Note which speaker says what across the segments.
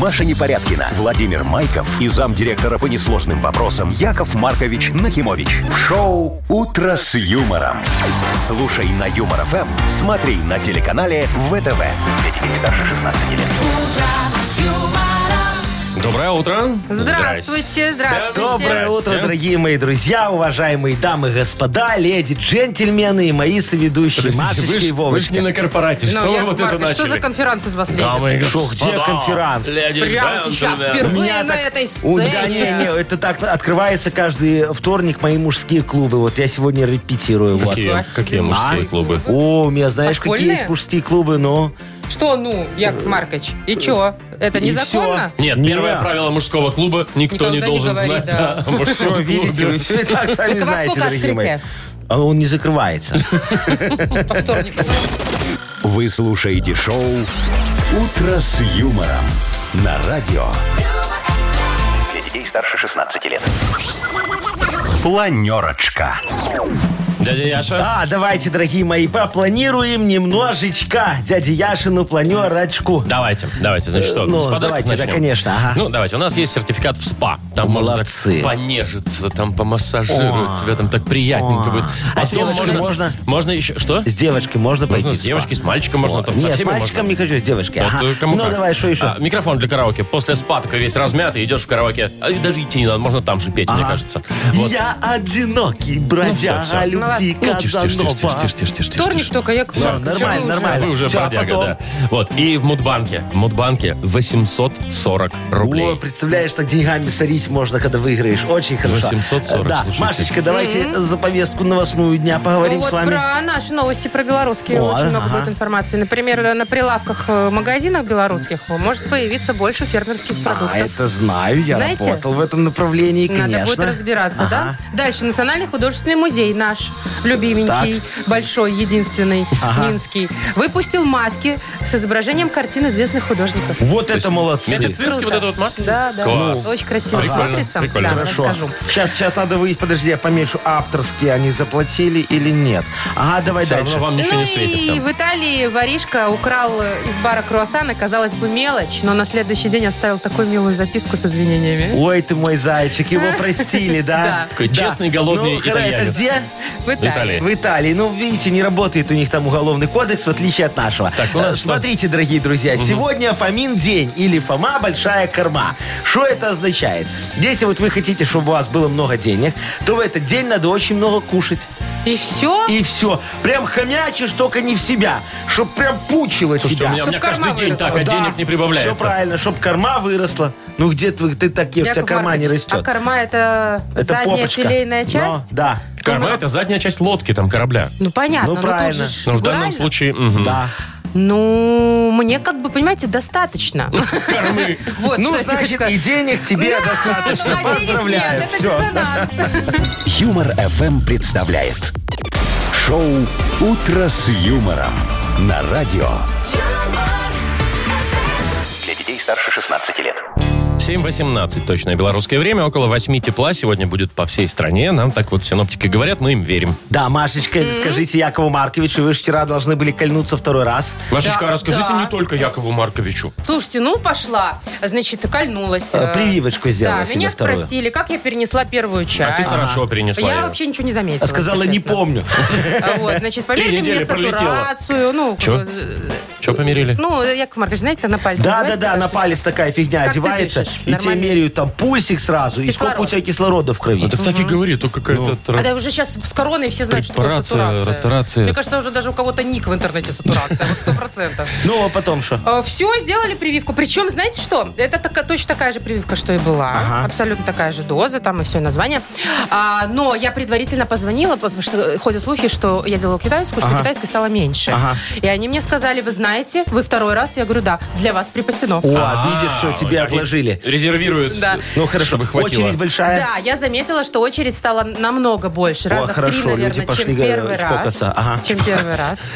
Speaker 1: Маша Непорядкина, Владимир Майков и замдиректора по несложным вопросам Яков Маркович Нахимович. В шоу «Утро с юмором». Слушай на Юмор ФМ, смотри на телеканале ВТВ. Для детей старше 16 лет.
Speaker 2: Доброе утро.
Speaker 3: Здравствуйте, здравствуйте.
Speaker 2: Доброе
Speaker 4: Доброе утро,
Speaker 2: утро,
Speaker 4: дорогие мои друзья, уважаемые дамы и господа, леди, джентльмены и мои соведущие, Машечка
Speaker 2: Вы
Speaker 4: и
Speaker 2: ж, вы ж
Speaker 4: Вовочка.
Speaker 2: не на корпорате.
Speaker 3: Ну,
Speaker 2: Что вы
Speaker 3: Яков
Speaker 2: вот это
Speaker 3: Маркович,
Speaker 2: начали?
Speaker 3: Что за конференц из вас лезет?
Speaker 2: Дамы и
Speaker 4: Шо, где
Speaker 2: господа,
Speaker 4: конференц?
Speaker 2: леди и
Speaker 3: Прямо
Speaker 2: джентльмены.
Speaker 3: сейчас, впервые на этой
Speaker 4: У-
Speaker 3: сцене.
Speaker 4: да, не, не, это так открывается каждый вторник мои мужские клубы. Вот я сегодня репетирую. вот.
Speaker 2: Какие, какие мужские
Speaker 4: А?
Speaker 2: клубы?
Speaker 4: О, у меня знаешь, какие
Speaker 3: Подпольные?
Speaker 4: есть мужские клубы, но...
Speaker 3: Что, ну, Яков Маркович, и чё? Это
Speaker 4: и
Speaker 3: незаконно?
Speaker 2: Нет,
Speaker 4: Не.
Speaker 2: первое правило мужского клуба никто
Speaker 3: Никогда
Speaker 2: не
Speaker 3: не
Speaker 2: должен
Speaker 3: говори,
Speaker 2: знать.
Speaker 3: да.
Speaker 2: о мужском
Speaker 4: Что,
Speaker 2: клубе.
Speaker 4: видите, вы все и так сами
Speaker 3: Так у вас
Speaker 4: знаете,
Speaker 3: сколько
Speaker 4: дорогие мои.
Speaker 3: открытие?
Speaker 4: А он не закрывается.
Speaker 3: По вторникам.
Speaker 1: Вы слушаете шоу «Утро с юмором» на радио. Для детей старше 16 лет. Планерочка.
Speaker 2: Дядя Яша.
Speaker 4: А, давайте, дорогие мои, попланируем немножечко дяде Яшину планерочку.
Speaker 2: Давайте, давайте, значит что,
Speaker 4: Ну,
Speaker 2: с подарков
Speaker 4: давайте, да,
Speaker 2: начнем?
Speaker 4: конечно, ага.
Speaker 2: Ну, давайте, у нас есть сертификат в СПА. Там
Speaker 4: Молодцы.
Speaker 2: можно так понежиться, там помассажируют, тебя там так приятненько
Speaker 4: О.
Speaker 2: будет.
Speaker 4: А с
Speaker 2: Потом
Speaker 4: девочкой можно?
Speaker 2: Можно еще, что?
Speaker 4: С девочкой можно пойти?
Speaker 2: Можно с
Speaker 4: в спа?
Speaker 2: девочкой, с мальчиком можно, там со
Speaker 4: Не, с
Speaker 2: всеми
Speaker 4: мальчиком
Speaker 2: можно.
Speaker 4: не хочу, с девочкой.
Speaker 2: Вот,
Speaker 4: ага.
Speaker 2: э, кому
Speaker 4: ну,
Speaker 2: как.
Speaker 4: давай, что еще?
Speaker 2: А, микрофон для караоке. После спа такой весь размятый, идешь в караоке. А, и даже идти не надо, можно там же петь, мне
Speaker 4: Ага.
Speaker 2: кажется. Вот.
Speaker 4: Я одинокий бродяга
Speaker 2: всё, всё.
Speaker 4: любви
Speaker 2: Ну, тише, тише, тише, тише,
Speaker 4: Казанова.
Speaker 2: тише, тише, тише. Ну,
Speaker 3: Вторник только, Яков
Speaker 4: Всё,
Speaker 3: Маркович.
Speaker 4: нормально,
Speaker 3: вы уже?
Speaker 4: нормально.
Speaker 2: Вы уже
Speaker 4: Всё, а
Speaker 2: бродяга,
Speaker 4: потом?
Speaker 2: да. Вот. И в Мудбанке. В Мудбанке 840 рублей.
Speaker 4: О, представляешь, так деньгами сорить можно, когда выиграешь. Очень хорошо.
Speaker 2: 840,
Speaker 4: Да,
Speaker 2: слушайте.
Speaker 4: Машечка, давайте за повестку новостную дня поговорим
Speaker 3: Ну вот
Speaker 4: с вами.
Speaker 3: про наши новости, про белорусские.
Speaker 4: О,
Speaker 3: Очень много
Speaker 4: ага.
Speaker 3: будет информации. Например, на прилавках э, магазинов белорусских может появиться больше фермерских
Speaker 4: А,
Speaker 3: продуктов.
Speaker 4: это знаю, я
Speaker 3: Знаете?
Speaker 4: работал в этом направлении, конечно.
Speaker 3: Надо будет разбираться,
Speaker 4: Ага.
Speaker 3: да? Дальше. Национальный художественный музей наш, любименький, большой, единственный,
Speaker 4: Ага.
Speaker 3: минский, выпустил маски с изображением картин известных художников.
Speaker 4: Вот это молодцы.
Speaker 2: Медицинский
Speaker 3: Круто.
Speaker 2: вот этот вот маска?
Speaker 3: Да, да.
Speaker 2: Класс.
Speaker 3: Очень красиво
Speaker 2: Прикольно,
Speaker 3: смотрится.
Speaker 2: прикольно.
Speaker 3: Да,
Speaker 4: Ну, Хорошо.
Speaker 3: расскажу.
Speaker 4: Сейчас, сейчас надо выяснить, подожди, я помешу, авторские они заплатили или нет. Ага, давай
Speaker 2: Все
Speaker 4: дальше.
Speaker 2: равно вам ничего
Speaker 3: Ну
Speaker 2: не светит
Speaker 3: и
Speaker 2: там.
Speaker 3: в Италии воришка украл э, из бара круассана, казалось бы, мелочь, но на следующий день оставил такую милую записку с извинениями.
Speaker 4: Ой, ты мой зайчик, его простили, да?
Speaker 3: Да.
Speaker 2: Такой честный, голодный
Speaker 4: Ну, хоро- это
Speaker 2: итальянец.
Speaker 4: где?
Speaker 3: В Италии.
Speaker 2: Италия.
Speaker 4: В Италии. Ну, видите, не работает у них там уголовный кодекс, в отличие от нашего.
Speaker 2: Так, у нас
Speaker 4: Э,
Speaker 2: что?
Speaker 4: Смотрите, дорогие друзья, сегодня Фомин день или Фома большая корма. Что это означает? Если вот вы хотите, чтобы у вас было много денег, то в этот день надо очень много кушать.
Speaker 3: И все?
Speaker 4: И все. Прям хомячишь, только не в себя. Чтоб прям пучило
Speaker 2: Слушайте,
Speaker 4: тебя.
Speaker 2: у меня, у меня
Speaker 3: Чтоб
Speaker 2: каждый
Speaker 3: карман
Speaker 2: день
Speaker 3: выросла.
Speaker 2: так, а денег не
Speaker 4: Все
Speaker 2: прибавляется.
Speaker 4: правильно, чтобы корма выросла. Ну где ты, ты так ешь, у тебя
Speaker 3: Яков
Speaker 4: корма не
Speaker 3: Маркович, А
Speaker 4: растет.
Speaker 3: корма это,
Speaker 4: Это
Speaker 3: задняя
Speaker 4: попочка.
Speaker 3: филейная
Speaker 4: Но,
Speaker 3: часть?
Speaker 4: да.
Speaker 2: Карма – это задняя часть лодки, там, корабля.
Speaker 3: Ну понятно,
Speaker 4: Ну,
Speaker 3: но
Speaker 4: правильно.
Speaker 3: тут же ж
Speaker 2: Ну, в данном
Speaker 3: фигурально.
Speaker 2: случае... мгм.
Speaker 4: Да.
Speaker 3: Ну, мне как бы, понимаете, достаточно.
Speaker 2: Кормы.
Speaker 3: Вот,
Speaker 4: ну,
Speaker 3: что я тебе хочу
Speaker 4: значит,
Speaker 3: сказать.
Speaker 4: и денег тебе
Speaker 3: Да,
Speaker 4: достаточно.
Speaker 3: ну, а денег
Speaker 4: Поздравляю.
Speaker 3: Нет, это
Speaker 4: Всё.
Speaker 3: диссонанс.
Speaker 1: Юмор FM представляет шоу Утро с юмором на радио. Для детей старше 16 лет.
Speaker 2: 7.18 точное белорусское время. Около 8 тепла сегодня будет по всей стране. Нам так вот синоптики говорят, мы им верим.
Speaker 4: Да, Машечка, скажите Якову Марковичу, вы же вчера должны были кольнуться второй раз.
Speaker 2: Машечка,
Speaker 3: Да,
Speaker 2: расскажите
Speaker 3: да.
Speaker 2: не только Якову Марковичу.
Speaker 3: Слушайте, ну пошла. Значит, и кольнулась.
Speaker 4: Э,
Speaker 3: э,
Speaker 4: прививочку сделала
Speaker 3: Да,
Speaker 4: себе
Speaker 3: меня
Speaker 4: вторую.
Speaker 3: спросили, как я перенесла первую
Speaker 2: А
Speaker 3: часть.
Speaker 2: ты хорошо перенесла
Speaker 3: Я
Speaker 2: его.
Speaker 3: вообще ничего не заметила.
Speaker 4: А сказала,
Speaker 3: если
Speaker 4: не
Speaker 3: честно.
Speaker 4: помню.
Speaker 3: А Вот, значит, померили
Speaker 2: недели
Speaker 3: мне
Speaker 2: пролетело.
Speaker 3: сатурацию. Ну,
Speaker 2: Чё?
Speaker 3: как бы,
Speaker 2: Что померили?
Speaker 3: ну, Яков Маркович, знаете, на палец
Speaker 4: Да, да,
Speaker 3: надевается
Speaker 4: да,
Speaker 3: такая
Speaker 4: на
Speaker 3: штука.
Speaker 4: палец такая фигня
Speaker 3: Как ты
Speaker 4: одевается,
Speaker 3: дышишь?
Speaker 4: и тебе
Speaker 3: Нормально?
Speaker 4: меряют там пульсик сразу, и сколько у
Speaker 3: Кислород.
Speaker 4: тебя кислорода в крови.
Speaker 2: Ну, так так и говори, только какая-то... тра-
Speaker 3: А да, уже сейчас с короной все знают, что такое
Speaker 2: Препарация,
Speaker 3: сатурация.
Speaker 2: ротурация.
Speaker 3: Мне кажется, уже даже у кого-то ник в интернете сатурация. Вот сто процентов.
Speaker 4: Ну, а потом что?
Speaker 3: Все, Э, сделали прививку. Причем, знаете что? Это така- точно такая же прививка, что и была.
Speaker 4: Ага.
Speaker 3: Абсолютно такая же доза, там и все название. А, но я предварительно позвонила, потому что ходят слухи, что я делала китайскую, что
Speaker 4: Ага.
Speaker 3: китайской стало меньше.
Speaker 4: Ага.
Speaker 3: И они мне сказали, вы знаете, вы второй раз. Я говорю, да, для вас припасено.
Speaker 4: О,
Speaker 2: А,
Speaker 4: видишь, что тебе
Speaker 2: они
Speaker 4: отложили.
Speaker 2: Резервируют.
Speaker 3: Да.
Speaker 4: Ну, хорошо,
Speaker 2: Чтобы хватило.
Speaker 4: очередь большая.
Speaker 3: Да, я заметила, что очередь стала намного больше. Раза в три,
Speaker 4: хорошо,
Speaker 3: наверное,
Speaker 4: люди пошли,
Speaker 3: чем
Speaker 4: э,
Speaker 3: первый раз.
Speaker 4: чпокаться. Ага.
Speaker 3: Чем первый раз.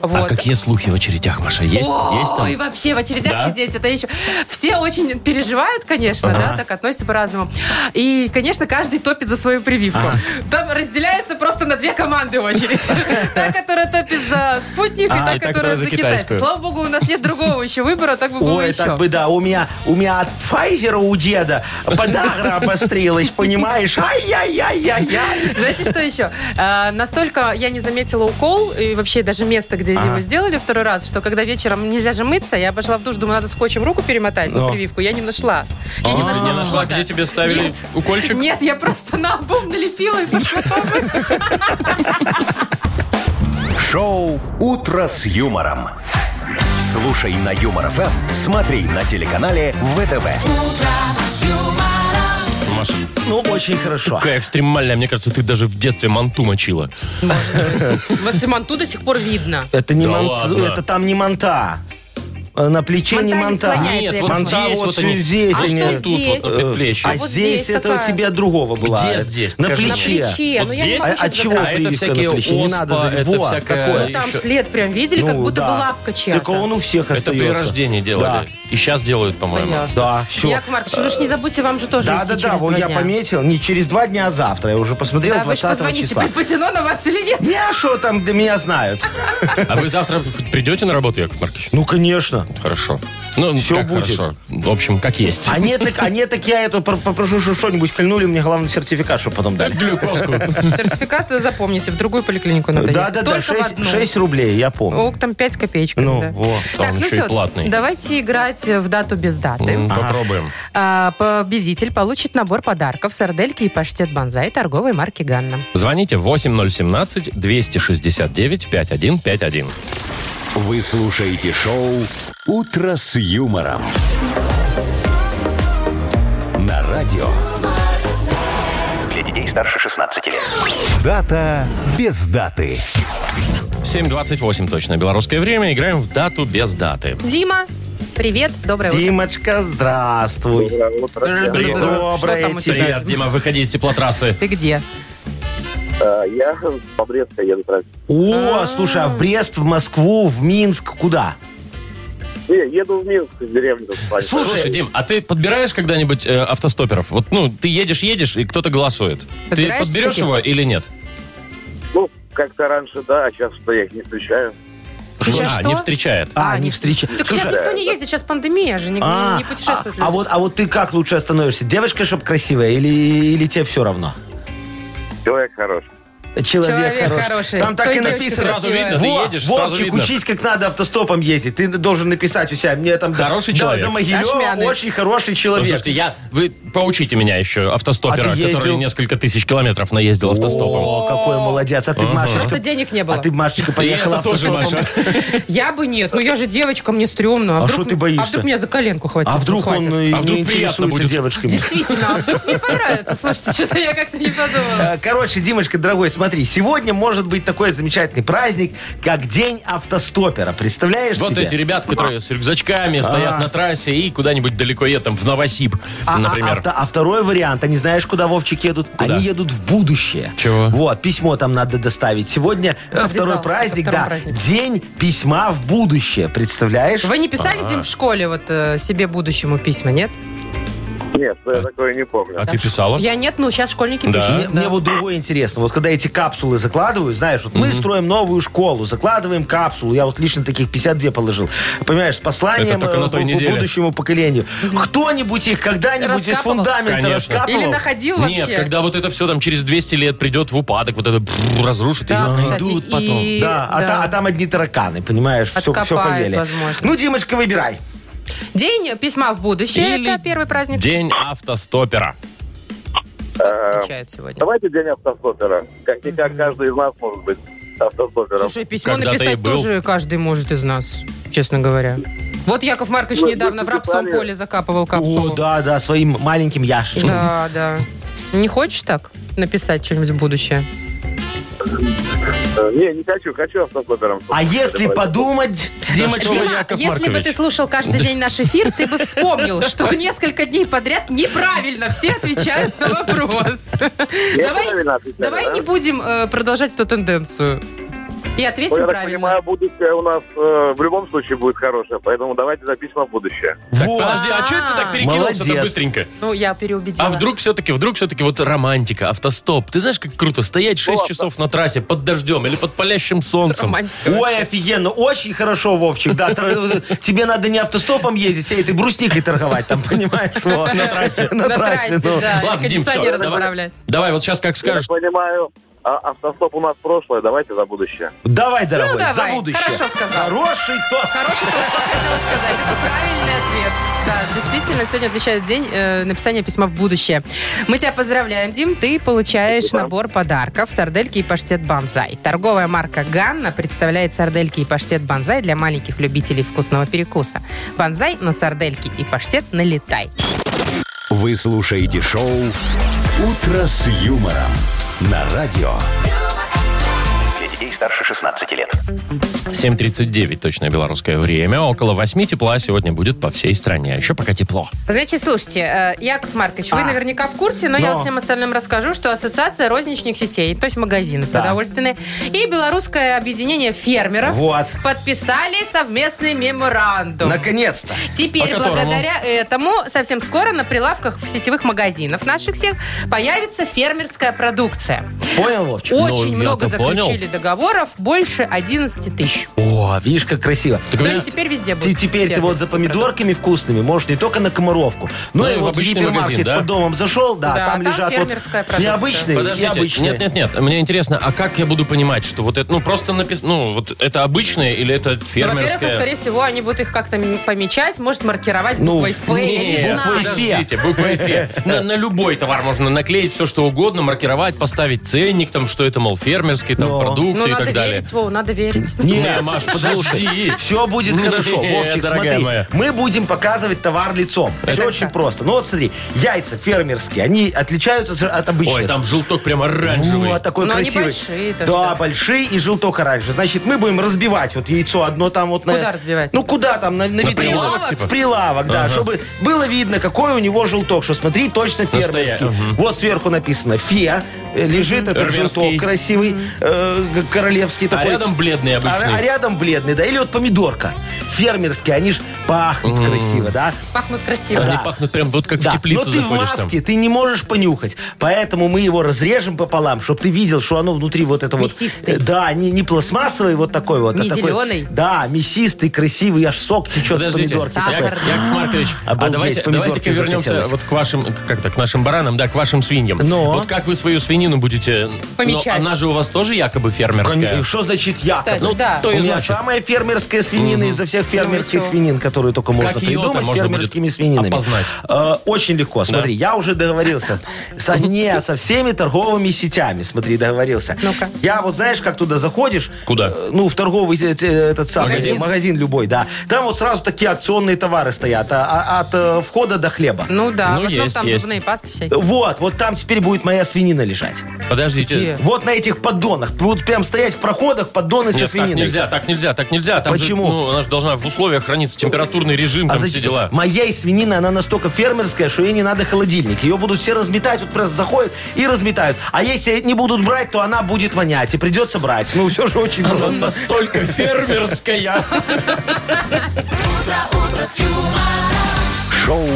Speaker 2: А
Speaker 3: Вот.
Speaker 2: какие слухи в очередях, Маша? Есть,
Speaker 3: О,
Speaker 2: есть там?
Speaker 3: и вообще в очередях
Speaker 2: Да?
Speaker 3: сидеть, это еще... Все очень переживают, конечно, да, так относятся по-разному. И, конечно, каждый топит за свою прививку. Там разделяется просто на две команды очередь. Та, которая топит за спутник, и
Speaker 2: А,
Speaker 3: та,
Speaker 2: и та,
Speaker 3: которая за китайскую. Слава богу, у нас нет другого еще выбора, так бы было
Speaker 4: Ой,
Speaker 3: еще.
Speaker 4: так бы да, у меня, у меня от Pfizer у деда подагра обострилась, понимаешь? Ай-яй-яй-яй-яй.
Speaker 3: Знаете, что еще? А, настолько я не заметила укол, и вообще даже место, где его сделали второй раз, что когда вечером нельзя же мыться, я пошла в душ, думаю, надо скотчем руку перемотать на
Speaker 4: Но.
Speaker 3: прививку. Я не нашла. Я не
Speaker 2: А,
Speaker 3: нашла.
Speaker 2: не нашла,
Speaker 3: входа.
Speaker 2: где тебе ставили
Speaker 3: Нет.
Speaker 2: укольчик?
Speaker 3: Нет, я просто на обум налепила и пошла помыть.
Speaker 1: Шоу «Утро с юмором». Слушай на Юмор ФМ, смотри на телеканале ВТВ.
Speaker 2: Маша,
Speaker 4: Ну, очень хорошо.
Speaker 2: какая экстремальная. Мне кажется, ты даже в детстве манту мочила.
Speaker 3: Может, и манту до сих пор видно.
Speaker 4: Это не
Speaker 2: Да
Speaker 4: мон-
Speaker 2: ладно.
Speaker 4: Это там не монта. Э, На плече
Speaker 3: Монта
Speaker 4: не
Speaker 3: не
Speaker 4: монта.
Speaker 3: склоняется, Нет, Яков
Speaker 2: вот
Speaker 3: Маркович.
Speaker 4: монта
Speaker 2: здесь
Speaker 4: вот
Speaker 2: вот они.
Speaker 4: здесь.
Speaker 3: А
Speaker 4: они-
Speaker 3: что
Speaker 2: Вот тут
Speaker 3: здесь?
Speaker 2: вот предплечье.
Speaker 4: А
Speaker 3: вот
Speaker 4: здесь
Speaker 3: здесь
Speaker 4: это у
Speaker 3: такая.
Speaker 4: тебя другого было.
Speaker 2: Где
Speaker 4: э,
Speaker 2: здесь?
Speaker 4: На
Speaker 2: Покажи.
Speaker 3: На
Speaker 4: плече.
Speaker 3: плече.
Speaker 2: Вот
Speaker 3: ну, я не
Speaker 2: здесь?
Speaker 4: А
Speaker 3: могу
Speaker 4: от
Speaker 3: сейчас
Speaker 4: чего
Speaker 3: задрать.
Speaker 2: А это
Speaker 4: прививка на
Speaker 2: всякие
Speaker 4: плече? Не
Speaker 2: оспа,
Speaker 4: надо за-
Speaker 2: это
Speaker 4: Вот,
Speaker 2: всякое-
Speaker 4: такое.
Speaker 3: Ну, там
Speaker 2: еще?
Speaker 3: след прям видели, как
Speaker 4: Ну,
Speaker 3: будто
Speaker 4: да.
Speaker 3: бы лапка чья-то.
Speaker 4: Так он у всех
Speaker 2: Это
Speaker 4: остается.
Speaker 2: при рождении делали. И сейчас делают,
Speaker 3: Ну,
Speaker 2: по-моему.
Speaker 3: ясно.
Speaker 4: Да, все.
Speaker 3: Яков Маркович, вы же не забудьте, вам же тоже
Speaker 4: Да,
Speaker 3: идти
Speaker 4: да, да,
Speaker 3: через
Speaker 4: вот
Speaker 3: два
Speaker 4: я
Speaker 3: дня.
Speaker 4: пометил, не через два дня, а завтра. Я уже посмотрел,
Speaker 3: Да, вы же
Speaker 4: 20
Speaker 3: позвоните, а
Speaker 4: числа.
Speaker 3: припасено на вас или нет.
Speaker 4: Не, а что там, для меня знают.
Speaker 2: А вы завтра придете на работу, Яков Маркович?
Speaker 4: Ну, конечно.
Speaker 2: Хорошо. Ну,
Speaker 4: Всё
Speaker 2: как
Speaker 4: будет.
Speaker 2: хорошо. В общем, как есть.
Speaker 4: А нет, так, а нет, так я эту пр- попрошу, чтобы что-нибудь кольнули, мне главное сертификат, чтобы потом дали.
Speaker 2: Глюкозку.
Speaker 3: Сертификат запомните, в другую поликлинику надо
Speaker 4: Да,
Speaker 3: ехать.
Speaker 4: да, да,
Speaker 3: Только в
Speaker 4: 6,
Speaker 3: одну.
Speaker 4: рублей, я помню.
Speaker 3: Ок, там 5 копеечек.
Speaker 4: Ну,
Speaker 3: да.
Speaker 4: во.
Speaker 2: Там еще и
Speaker 3: всё,
Speaker 2: платный.
Speaker 3: давайте играть в дату без даты.
Speaker 2: М, Попробуем.
Speaker 3: А, победитель получит набор подарков сардельки и паштет банзай торговой марки Ганна.
Speaker 2: Звоните 8017-269-5151.
Speaker 1: Вы слушаете шоу «Утро с юмором». На радио. Для детей старше 16 лет. Дата без даты.
Speaker 2: 7.28 точно белорусское время. Играем в дату без даты.
Speaker 3: Дима, привет, доброе
Speaker 4: Димочка, здравствуй.
Speaker 3: утро.
Speaker 2: Привет.
Speaker 3: Что
Speaker 4: Доброе
Speaker 3: там у тебя?
Speaker 2: Привет, Дима, выходи из теплотрассы.
Speaker 3: Ты где?
Speaker 5: Э, Я по Брестской еду трафик.
Speaker 4: О, слушай, а в Брест, в Москву, в Минск, куда?
Speaker 5: Не, еду в Минск в деревню. так сказать.
Speaker 4: Слушай,
Speaker 2: Слушай, Дим, а ты подбираешь когда-нибудь э, автостоперов? Вот, ну, ты едешь, едешь, и кто-то голосует. Ты
Speaker 3: Подбираешь
Speaker 2: подберешь
Speaker 3: таких?
Speaker 2: его или нет?
Speaker 5: Ну, как-то раньше, да, а сейчас что, я их не встречаю.
Speaker 3: Сейчас
Speaker 2: а,
Speaker 3: что?
Speaker 2: не встречает.
Speaker 4: А, не встреча.
Speaker 3: Так сейчас никто не ездит, сейчас пандемия же, не,
Speaker 4: а,
Speaker 3: не путешествует.
Speaker 4: а, а вот, а вот ты как лучше остановишься? Девочка, чтоб красивая, или, или тебе все равно?
Speaker 5: Человек хороший.
Speaker 4: Человек,
Speaker 3: Человек
Speaker 4: хороший.
Speaker 3: хороший.
Speaker 4: Там так
Speaker 3: Той
Speaker 4: и
Speaker 3: девочке
Speaker 4: написано.
Speaker 2: Сразу видно, ты
Speaker 4: Во,
Speaker 2: едешь, сразу
Speaker 4: Вовчик,
Speaker 2: видно.
Speaker 4: учись, как надо автостопом ездить. Ты должен написать у себя. Мне там до-
Speaker 2: Хороший
Speaker 4: до,
Speaker 2: человек.
Speaker 4: до Могилева
Speaker 3: Ашмяны.
Speaker 4: очень хороший
Speaker 2: Ну,
Speaker 4: человек.
Speaker 2: слушайте, я, вы поучите меня еще, автостопера,
Speaker 4: А ты ездил?
Speaker 2: который несколько тысяч километров наездил автостопом.
Speaker 4: О, какой молодец. А ты,
Speaker 3: Просто
Speaker 4: Машечка,
Speaker 3: денег не было.
Speaker 4: а ты, Машечка, поехала
Speaker 2: это тоже,
Speaker 4: автостопом.
Speaker 2: Маша.
Speaker 3: Я бы нет, ну я же девочка, мне стрёмно.
Speaker 4: А
Speaker 3: вдруг
Speaker 4: что ты
Speaker 3: м-
Speaker 4: боишься?
Speaker 3: А вдруг меня за коленку хватит?
Speaker 4: А вдруг он
Speaker 3: хватит?
Speaker 4: э,
Speaker 2: А вдруг
Speaker 4: не
Speaker 2: приятно
Speaker 4: интересуется
Speaker 2: будет?
Speaker 4: девочками?
Speaker 3: Действительно, а вдруг мне понравится? Слушайте, что-то я как-то не подумала.
Speaker 4: Э, Короче, Димочка, дорогой, смотри, сегодня может быть такой замечательный праздник, как День автостопера. Представляешь
Speaker 2: Вот
Speaker 4: себе?
Speaker 2: эти ребят, которые с рюкзачками стоят на трассе и куда-нибудь далеко едут, там, в Новосиб,
Speaker 4: А, а,
Speaker 2: например.
Speaker 4: авто- а второй вариант, они знаешь, куда Вовчик едут? Они едут в будущее.
Speaker 2: Чего?
Speaker 4: Вот, письмо там надо доставить. Сегодня э,
Speaker 3: Подвязался
Speaker 4: второй
Speaker 3: ко
Speaker 4: праздник,
Speaker 3: второму
Speaker 4: да.
Speaker 3: празднику.
Speaker 4: День письма в будущее. Представляешь?
Speaker 3: Вы не писали,
Speaker 4: А.
Speaker 3: Дим, в школе вот э, себе будущему письма, нет?
Speaker 5: Нет, я такое не помню.
Speaker 2: А ты писала?
Speaker 3: Я нет, но сейчас школьники
Speaker 2: Да.
Speaker 4: Мне,
Speaker 3: пишут.
Speaker 4: мне вот другое интересно. Вот когда эти капсулы закладывают, знаешь, вот мы строим новую школу, закладываем капсулу. Я вот лично таких 52 положил. Понимаешь, с посланием
Speaker 2: Это только на
Speaker 4: э,
Speaker 2: той
Speaker 4: бу- бу-
Speaker 2: неделе.
Speaker 4: будущему поколению. Кто-нибудь их когда-нибудь из
Speaker 3: Раскапывал?
Speaker 4: фундамента
Speaker 2: Конечно.
Speaker 4: раскапывал?
Speaker 3: Или находил вообще?
Speaker 2: Нет, когда вот это все там через 200 лет придет в упадок, вот это бррр, разрушит. и-
Speaker 3: Да, кстати,
Speaker 4: Э, Идут
Speaker 3: и-
Speaker 4: потом. Да, а,
Speaker 3: да.
Speaker 4: та- а там одни тараканы, понимаешь, все, все
Speaker 3: Откопают,
Speaker 4: поели.
Speaker 3: возможно.
Speaker 4: Ну, Димочка, выбирай.
Speaker 3: День письма в будущее,
Speaker 2: Или
Speaker 3: это первый праздник,
Speaker 2: День автостопера.
Speaker 3: отмечают сегодня.
Speaker 5: Давайте день автостопера. Как-никак каждый из нас может быть автостопером.
Speaker 3: Слушай, письмо
Speaker 2: Когда-то и
Speaker 3: написать
Speaker 2: был.
Speaker 3: тоже каждый может из нас, честно говоря. Вот Яков Маркович
Speaker 5: Ну,
Speaker 3: недавно в
Speaker 5: если
Speaker 3: рапсовом
Speaker 5: писали-
Speaker 3: поле закапывал капсулу.
Speaker 4: типа, О, да, да, своим маленьким Яшечком.
Speaker 3: Да, да. Не хочешь так написать что-нибудь в будущее?
Speaker 5: Э, Не, не хочу, хочу автостопером.
Speaker 4: А если подумать, Димочка,
Speaker 2: что вы,
Speaker 3: Дима,
Speaker 2: Яков
Speaker 3: если бы
Speaker 2: Маркович?
Speaker 3: ты слушал каждый день наш эфир, ты бы вспомнил, что несколько дней подряд неправильно все отвечают на вопрос. Давай,
Speaker 5: правильно отвечали,
Speaker 3: давай
Speaker 5: да?
Speaker 3: не будем э, продолжать эту тенденцию. И
Speaker 5: Ну,
Speaker 3: ответим
Speaker 5: я так
Speaker 3: правильно.
Speaker 5: понимаю, будущее у нас э, в любом случае будет хорошее, поэтому давайте запишем на будущее.
Speaker 2: Так,
Speaker 4: Вот.
Speaker 2: подожди, а что это так перекинулся-то
Speaker 4: Молодец.
Speaker 2: быстренько?
Speaker 3: Ну, я переубедила.
Speaker 2: А вдруг все-таки, вдруг все-таки вот романтика, автостоп. Ты знаешь, как круто стоять 6
Speaker 5: Ну,
Speaker 2: часов на трассе под дождем или под палящим солнцем.
Speaker 3: Романтика.
Speaker 4: Ой, офигенно, очень хорошо, Вовчик, да, тр- тебе надо не автостопом ездить, а этой брусникой торговать там, понимаешь? вот.
Speaker 2: На трассе.
Speaker 4: На трассе, ну.
Speaker 3: да. и
Speaker 2: Ладно, Дим, всё,
Speaker 3: кондиционер
Speaker 2: давай.
Speaker 3: разобравлять.
Speaker 2: Давай, вот сейчас как
Speaker 5: Я так
Speaker 2: скажешь.
Speaker 5: понимаю, а, автостоп у нас прошлое, давайте за будущее.
Speaker 4: Давай, дорогой,
Speaker 3: Ну, давай,
Speaker 4: за будущее.
Speaker 3: хорошо сказал.
Speaker 4: Хороший тост.
Speaker 3: Хороший вопрос, хотела сказать. Это правильный ответ. Да, действительно, сегодня отмечают день э, написания письма в будущее. Мы тебя поздравляем, Дим. Ты получаешь набор подарков сардельки и паштет банзай. Торговая марка «Ганна» представляет сардельки и паштет банзай для маленьких любителей вкусного перекуса. Банзай на сардельки и паштет налетай.
Speaker 1: Вы слушаете шоу «Утро с юмором» на радио.
Speaker 6: Для детей старше 16 лет.
Speaker 2: 7.39 точное белорусское время. Около 8 тепла сегодня будет по всей стране. А Еще пока тепло.
Speaker 3: Значит, слушайте, э, Яков Маркович, вы наверняка в курсе, но, я
Speaker 4: А. Но.
Speaker 3: вот всем остальным расскажу, что Ассоциация розничных сетей, то есть магазины
Speaker 4: Да.
Speaker 3: продовольственные, и Белорусское объединение фермеров
Speaker 4: Вот.
Speaker 3: подписали совместный меморандум.
Speaker 4: Наконец-то.
Speaker 2: По
Speaker 3: Теперь,
Speaker 2: которому?
Speaker 3: благодаря этому, совсем скоро на прилавках в сетевых магазинов наших всех появится фермерская продукция.
Speaker 4: Понял, Вовчик?
Speaker 3: Очень
Speaker 2: я-то
Speaker 3: много
Speaker 2: понял.
Speaker 3: заключили договоров, больше 11 тысяч.
Speaker 4: О, видишь, как красиво.
Speaker 2: Так у
Speaker 3: То
Speaker 2: меня-
Speaker 3: есть теперь везде
Speaker 4: Те-
Speaker 3: будет.
Speaker 4: Теперь ты вот за
Speaker 3: фермерская продукция.
Speaker 4: помидорками вкусными можешь не только на комаровку, но
Speaker 2: Ну и
Speaker 4: и
Speaker 2: в
Speaker 4: вот в
Speaker 2: обычный магазин,
Speaker 4: гипермаркет
Speaker 2: да?
Speaker 4: под домом зашел, да,
Speaker 3: Да,
Speaker 4: там
Speaker 3: там
Speaker 4: лежат
Speaker 3: фермерская
Speaker 4: вот
Speaker 3: продукция.
Speaker 4: необычные и
Speaker 2: Подождите,
Speaker 4: обычные.
Speaker 2: нет, нет, нет. Мне интересно, а как я буду понимать, что вот это, ну просто написано, ну вот это обычное или это
Speaker 3: Ну, Во-первых,
Speaker 2: фермерское?
Speaker 3: скорее всего, они будут их как-то м- помечать, может, маркировать
Speaker 4: Ну,
Speaker 3: буквой Ф, я не
Speaker 2: Нет,
Speaker 3: знаю.
Speaker 4: буквой Фе.
Speaker 2: подождите, буква Фе. На, на любой товар можно наклеить все, что угодно, маркировать, поставить ценник, там, что это, мол, фермерский, там,
Speaker 4: Но.
Speaker 2: продукты
Speaker 3: Ну,
Speaker 2: и
Speaker 3: надо
Speaker 2: так далее.
Speaker 3: верить, Вова, надо верить.
Speaker 2: Не, Маш, Э, подожди. Ну,
Speaker 4: Все будет
Speaker 2: Не,
Speaker 4: хорошо. Вовчик,
Speaker 2: дорогая
Speaker 4: смотри.
Speaker 2: моя.
Speaker 4: Мы будем показывать товар лицом. Все
Speaker 3: Это
Speaker 4: очень
Speaker 3: как?
Speaker 4: просто. Ну вот смотри, яйца фермерские, они отличаются с- от обычных.
Speaker 2: Ой, там желток прям оранжевый.
Speaker 4: Вот такой
Speaker 3: Но они
Speaker 4: красивый.
Speaker 3: большие даже,
Speaker 4: да,
Speaker 3: да.
Speaker 4: большие и желток оранжевый. Значит, мы будем разбивать вот яйцо одно там вот на...
Speaker 3: Куда разбивать?
Speaker 4: Ну, куда там? На, на витрину.
Speaker 2: прилавок, типа?
Speaker 4: В прилавок, да. Чтобы было видно, какой у него желток. Что смотри, точно
Speaker 2: Настоя-
Speaker 4: фермерский. Вот сверху написано «Фе». э, Лежит этот
Speaker 2: Фермерский.
Speaker 4: желток красивый, э, г- королевский
Speaker 2: А
Speaker 4: такой.
Speaker 2: рядом бледный
Speaker 4: А,
Speaker 2: обычный.
Speaker 4: а рядом бледный, да. Или вот помидорка. Фермерские, они ж пахнут красиво, да.
Speaker 3: Пахнут красиво.
Speaker 2: Они
Speaker 4: да.
Speaker 2: пахнут прям вот как в
Speaker 4: Да,
Speaker 2: теплицу
Speaker 4: но ты в
Speaker 2: заходишь там.
Speaker 4: маске, ты не можешь понюхать. Поэтому мы его разрежем пополам, чтобы ты видел, что оно внутри вот это
Speaker 3: Мясистый.
Speaker 4: вот... Да, не, не пластмассовый вот такой вот.
Speaker 3: Не
Speaker 4: а такой-
Speaker 3: зеленый.
Speaker 4: Да, мясистый, красивый, аж сок течет с
Speaker 2: Подождите,
Speaker 4: помидорки.
Speaker 3: сахар.
Speaker 4: такой.
Speaker 2: Яков, Яков Маркович, а
Speaker 4: Обалдеть,
Speaker 2: давайте,
Speaker 4: помидорки
Speaker 2: давайте-ка
Speaker 4: уже
Speaker 2: вернемся
Speaker 4: хотелось. Ну.
Speaker 2: вот к вашим, как так, к нашим баранам, да, к вашим свиньям.
Speaker 4: Но.
Speaker 2: Вот как вы свою свинину будете...
Speaker 3: Помечать.
Speaker 2: Но она же у вас тоже якобы фермерская.
Speaker 4: Конечно, Что значит якобы?
Speaker 3: Кстати, да.
Speaker 2: то
Speaker 4: У
Speaker 2: и
Speaker 4: меня
Speaker 2: значит.
Speaker 4: самая фермерская свинина изо всех фермерских
Speaker 3: Ну и чё?
Speaker 4: свинин, которые только можно
Speaker 2: её там можно
Speaker 4: придумать,
Speaker 2: будет
Speaker 4: фермерскими свининами.
Speaker 2: опознать?
Speaker 4: Э, очень легко. Смотри, я уже договорился. Со, не, со всеми торговыми сетями, смотри, договорился.
Speaker 3: Ну-ка.
Speaker 4: Я вот знаешь, как туда заходишь?
Speaker 2: Куда?
Speaker 4: Э, ну, в торговый э, те- этот самый
Speaker 3: Магазин.
Speaker 4: магазин. любой, да. Там вот сразу такие акционные товары стоят. а- а- от э, входа до хлеба.
Speaker 3: Ну да,
Speaker 2: Ну,
Speaker 3: в основном
Speaker 2: есть,
Speaker 3: там
Speaker 2: есть.
Speaker 3: зубные пасты всякие.
Speaker 4: Вот, вот там теперь будет моя свинина лежать.
Speaker 2: Подождите.
Speaker 3: Где?
Speaker 4: Вот на этих поддонах. Будут прям стоять в проходах поддоны со
Speaker 2: Нет, так
Speaker 4: свининой.
Speaker 2: нельзя, так нельзя, так нельзя. Там же,
Speaker 4: Почему? А
Speaker 2: ну, она же должна в условиях храниться температурный режим, там все
Speaker 4: зачем?
Speaker 2: дела.
Speaker 4: Моя и свинина, она настолько фермерская, что ей не надо холодильник. Ее будут все разметать, вот просто заходят и разметают. А если не будут брать, то она будет вонять, и придется брать. Ну, все же очень просто.
Speaker 2: Настолько фермерская.
Speaker 1: Шоу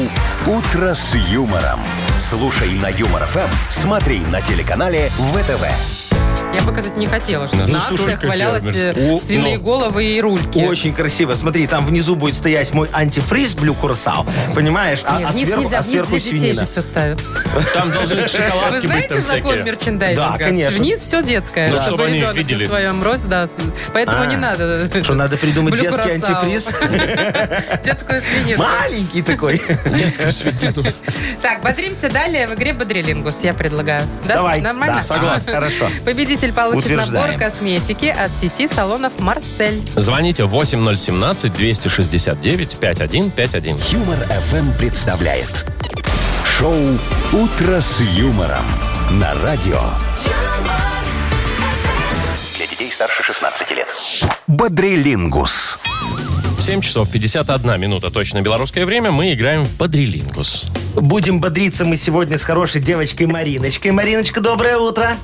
Speaker 1: «Утро с юмором». Слушай на Юмор ФМ, смотри на телеканале ВТВ.
Speaker 3: Я показать не хотела, что
Speaker 2: Ну,
Speaker 3: на
Speaker 2: слушай,
Speaker 3: акциях
Speaker 2: какая
Speaker 3: валялось э,
Speaker 2: мерзость. О,
Speaker 3: свиные
Speaker 2: ну.
Speaker 3: головы и рульки.
Speaker 4: Очень красиво. Смотри, там внизу будет стоять мой антифриз Блю Курсал. Понимаешь? А,
Speaker 3: Нет,
Speaker 4: а
Speaker 3: вниз
Speaker 4: сверху,
Speaker 3: нельзя,
Speaker 4: а
Speaker 3: вниз
Speaker 4: сверху
Speaker 3: для детей
Speaker 4: свинина.
Speaker 3: же все ставят.
Speaker 2: Там должны
Speaker 3: Вы
Speaker 2: шоколадки быть
Speaker 3: знаете
Speaker 2: там
Speaker 3: закон
Speaker 2: всякие.
Speaker 3: мерчендайзинга?
Speaker 4: Да, конечно.
Speaker 3: Вниз все детское,
Speaker 2: Да. Чтобы
Speaker 3: чтобы
Speaker 2: они
Speaker 3: ребенок
Speaker 2: видели.
Speaker 3: на своем рос, да. с- Поэтому
Speaker 4: А,
Speaker 3: не надо.
Speaker 4: Что, надо придумать
Speaker 3: Блю
Speaker 4: детский
Speaker 3: курасау.
Speaker 4: антифриз?
Speaker 3: Детскую свинину.
Speaker 4: Маленький такой.
Speaker 2: Детскую свинину.
Speaker 3: Так, бодримся далее в игре «Бодрилингус», я предлагаю. Да?
Speaker 4: Давай.
Speaker 3: Нормально?
Speaker 4: Да, согласен. Хорошо.
Speaker 3: Победитель получит
Speaker 4: Утверждаем.
Speaker 3: набор косметики от сети салонов «Марсель».
Speaker 2: Звоните 8017-269-5151.
Speaker 1: Юмор ФМ представляет. Шоу «Утро с юмором» на радио.
Speaker 6: Для детей старше 16 лет.
Speaker 1: Бодрилингус.
Speaker 2: 7 часов 51 минута точно белорусское время. Мы играем в Бодрилингус.
Speaker 4: Будем бодриться мы сегодня с хорошей девочкой Мариночкой. Мариночка, доброе утро.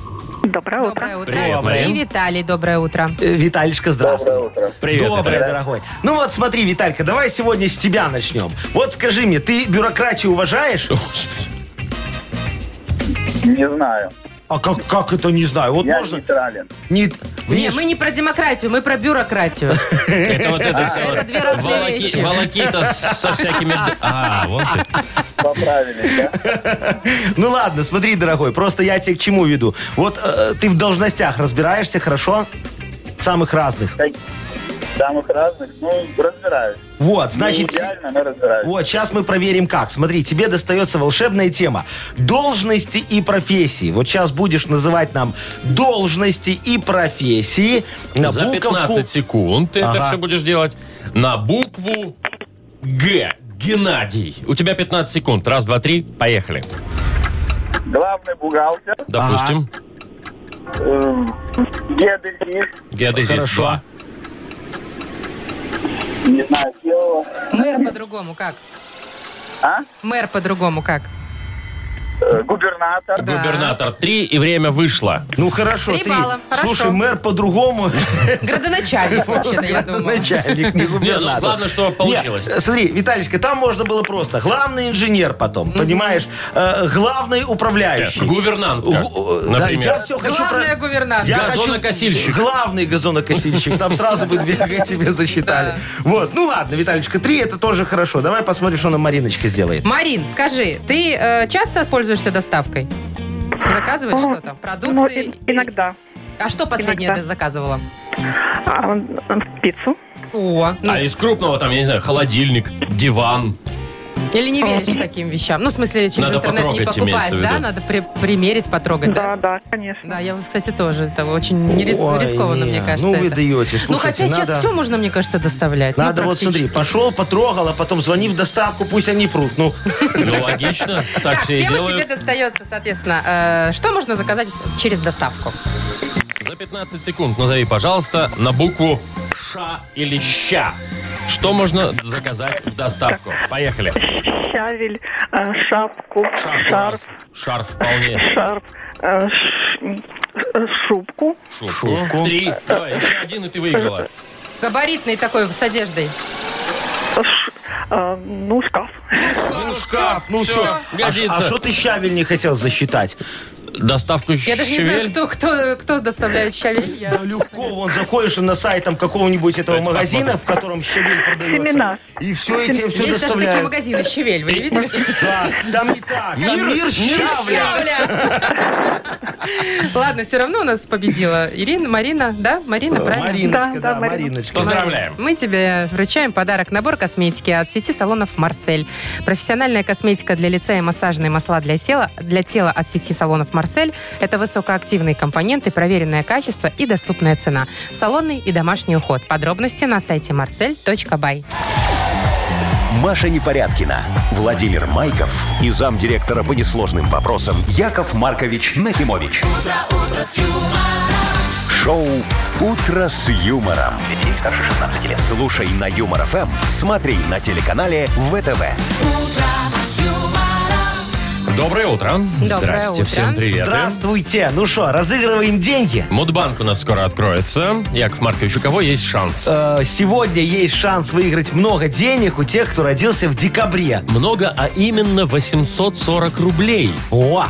Speaker 7: Доброе утро.
Speaker 3: Доброе утро.
Speaker 2: Привет,
Speaker 3: И Виталий, доброе утро.
Speaker 4: Э, Виталечка, здравствуй.
Speaker 5: Доброе утро.
Speaker 2: Привет.
Speaker 4: Доброе, дорогой. Ну вот смотри, Виталька, давай сегодня с тебя начнем. Вот скажи мне, ты бюрократию уважаешь?
Speaker 2: О, Господи.
Speaker 5: Не знаю.
Speaker 4: А как, как это, не знаю. Вот
Speaker 5: Я
Speaker 4: можно...
Speaker 5: нейтрален.
Speaker 4: Не...
Speaker 3: Не, мы не про демократию, мы про бюрократию.
Speaker 2: Это вот это все.
Speaker 3: это две разные
Speaker 2: волоки-
Speaker 3: вещи.
Speaker 2: Волокита с- со всякими... д- А, вот ты.
Speaker 5: Поправились, да?
Speaker 4: Ну ладно, смотри, дорогой, просто я тебя к чему веду. Вот э, ты в должностях разбираешься хорошо? Самых разных.
Speaker 5: Как- Самых разных, ну, разбираюсь.
Speaker 4: Вот, значит...
Speaker 5: Не идеально, но разбираюсь.
Speaker 4: Вот, сейчас мы проверим как. Смотри, тебе достается волшебная тема. Должности и профессии. Вот сейчас будешь называть нам должности и профессии на
Speaker 2: За
Speaker 4: буковку
Speaker 2: 15 секунд ты это
Speaker 4: Ага.
Speaker 2: все будешь делать на букву Г. Геннадий. У тебя 15 секунд. Раз, два, три. Поехали.
Speaker 5: Главный бухгалтер,
Speaker 2: Допустим.
Speaker 5: эм, геодезист,
Speaker 2: Геодезист
Speaker 4: Хорошо.
Speaker 2: 2.
Speaker 5: не знаю, SEO,
Speaker 3: Мэр по-другому как?
Speaker 5: а?
Speaker 3: Мэр по-другому как?
Speaker 5: Э, губернатор.
Speaker 3: Да.
Speaker 2: Губернатор 3. И время вышло.
Speaker 4: Ну хорошо,
Speaker 3: Три
Speaker 4: ты.
Speaker 3: балла, хорошо.
Speaker 4: Слушай, мэр по-другому.
Speaker 3: Градоначальник вообще-то, я думала.
Speaker 4: Начальник, не
Speaker 2: Не, ну,
Speaker 4: губернатор.
Speaker 2: главное, что получилось.
Speaker 4: Не, смотри, Виталичка, там можно было просто. Главный инженер потом, понимаешь? Э, главный управляющий.
Speaker 2: Э, Гувернантка,
Speaker 4: Гу- э, да, я
Speaker 2: например.
Speaker 4: все хочу
Speaker 3: Главная
Speaker 4: про-
Speaker 3: гувернантка.
Speaker 4: Я
Speaker 2: Газонокосильщик.
Speaker 4: хочу- Главный газонокосильщик. Там сразу бы две Г тебе засчитали. Вот. Ну ладно, Виталичка, три это тоже хорошо. Давай посмотрим, что нам Мариночка сделает.
Speaker 3: Марин, скажи, ты э, часто пользуешься доставкой? Заказываешь
Speaker 7: Ну,
Speaker 3: что-то?
Speaker 7: Ну,
Speaker 3: Продукты?
Speaker 7: и- иногда.
Speaker 3: А что последнее
Speaker 7: иногда.
Speaker 3: ты заказывала?
Speaker 7: А, э, пиццу.
Speaker 3: О, ну,
Speaker 2: А из крупного там, я не знаю, холодильник, диван.
Speaker 3: или не веришь таким вещам? Ну, в смысле, через
Speaker 2: Надо
Speaker 3: интернет не
Speaker 2: потрогать,
Speaker 3: покупаешь,
Speaker 2: имеется в
Speaker 3: да?
Speaker 2: виду.
Speaker 3: Надо при- примерить, потрогать,
Speaker 7: Да,
Speaker 3: да?
Speaker 7: да, конечно.
Speaker 3: Да, я, вот, кстати, тоже. Это очень не рис-
Speaker 4: Ой,
Speaker 3: рискованно,
Speaker 4: не,
Speaker 3: мне кажется.
Speaker 4: Ну вы
Speaker 3: это.
Speaker 4: даете.
Speaker 3: ну,
Speaker 4: слушайте,
Speaker 3: хотя сейчас
Speaker 4: надо-
Speaker 3: все можно, мне кажется, доставлять. Ну,
Speaker 4: Надо вот, смотри,
Speaker 3: практически.
Speaker 4: пошел, потрогал, а потом звони в доставку, пусть они прут. Ну,
Speaker 2: Ну, логично. Так
Speaker 3: Так,
Speaker 2: все и
Speaker 3: тема тебе
Speaker 2: делают.
Speaker 3: достается, соответственно. э, что можно заказать через доставку?
Speaker 2: За 15 секунд назови, пожалуйста, на букву Ш или Ща. Что можно заказать в доставку? Поехали.
Speaker 7: Щавель, э, шапку,
Speaker 2: Шарф. у
Speaker 7: шарф,
Speaker 2: нас. Шарф вполне.
Speaker 7: шарф, э, ш- э, шубку.
Speaker 2: Шутку. Три. Давай, еще один, и ты выиграла.
Speaker 3: Габаритный такой, с одеждой.
Speaker 7: Ш- э, ну, шкаф.
Speaker 4: ну шкаф, ну
Speaker 2: всё,
Speaker 4: все.
Speaker 2: годится.
Speaker 4: А что ты щавель не хотел засчитать?
Speaker 2: Доставку
Speaker 3: Я даже не знаю, кто, кто, кто
Speaker 4: Э,
Speaker 3: доставляет щавель. Я-
Speaker 4: Да легко, вон заходишь на сайт там какого-нибудь этого
Speaker 2: Давайте
Speaker 4: магазина, в котором щавель продается.
Speaker 7: Семена.
Speaker 4: И все, и тебе все
Speaker 3: Есть даже такие
Speaker 4: доставляют.
Speaker 3: магазины «Щавель», вы не видели?
Speaker 4: Да, там не так. Там мир щавля.
Speaker 3: Щавля. Ладно, все равно у нас победила Ирина, Марина, да? Марина, правильно?
Speaker 4: Мариночка,
Speaker 7: Да,
Speaker 4: да,
Speaker 7: да,
Speaker 4: Мариночка.
Speaker 2: Поздравляем.
Speaker 3: Мы тебе вручаем подарок набор косметики от сети салонов «Марсель». Профессиональная косметика для лица и массажные масла для тела, для тела от сети салонов «Марсель» – это высокоактивные компоненты, проверенное качество и доступная цена. Салонный и домашний уход. Подробности на сайте marsel.by.
Speaker 1: Маша Непорядкина, Владимир Майков и замдиректора по несложным вопросам Яков Маркович Нахимович. Шоу Утро с юмором. Для детей старше 16 лет. Слушай на юмор ФМ, смотри на телеканале ВТВ.
Speaker 2: Доброе утро.
Speaker 3: Доброе
Speaker 2: Здрасте,
Speaker 3: утро.
Speaker 2: всем привет.
Speaker 4: Здравствуйте. Ну что, разыгрываем деньги?
Speaker 2: Мудбанк у нас скоро откроется. Яков Маркович, у кого есть шанс?
Speaker 4: Э, Сегодня есть шанс выиграть много денег у тех, кто родился в декабре.
Speaker 2: Много, а именно 840 рублей.
Speaker 4: О,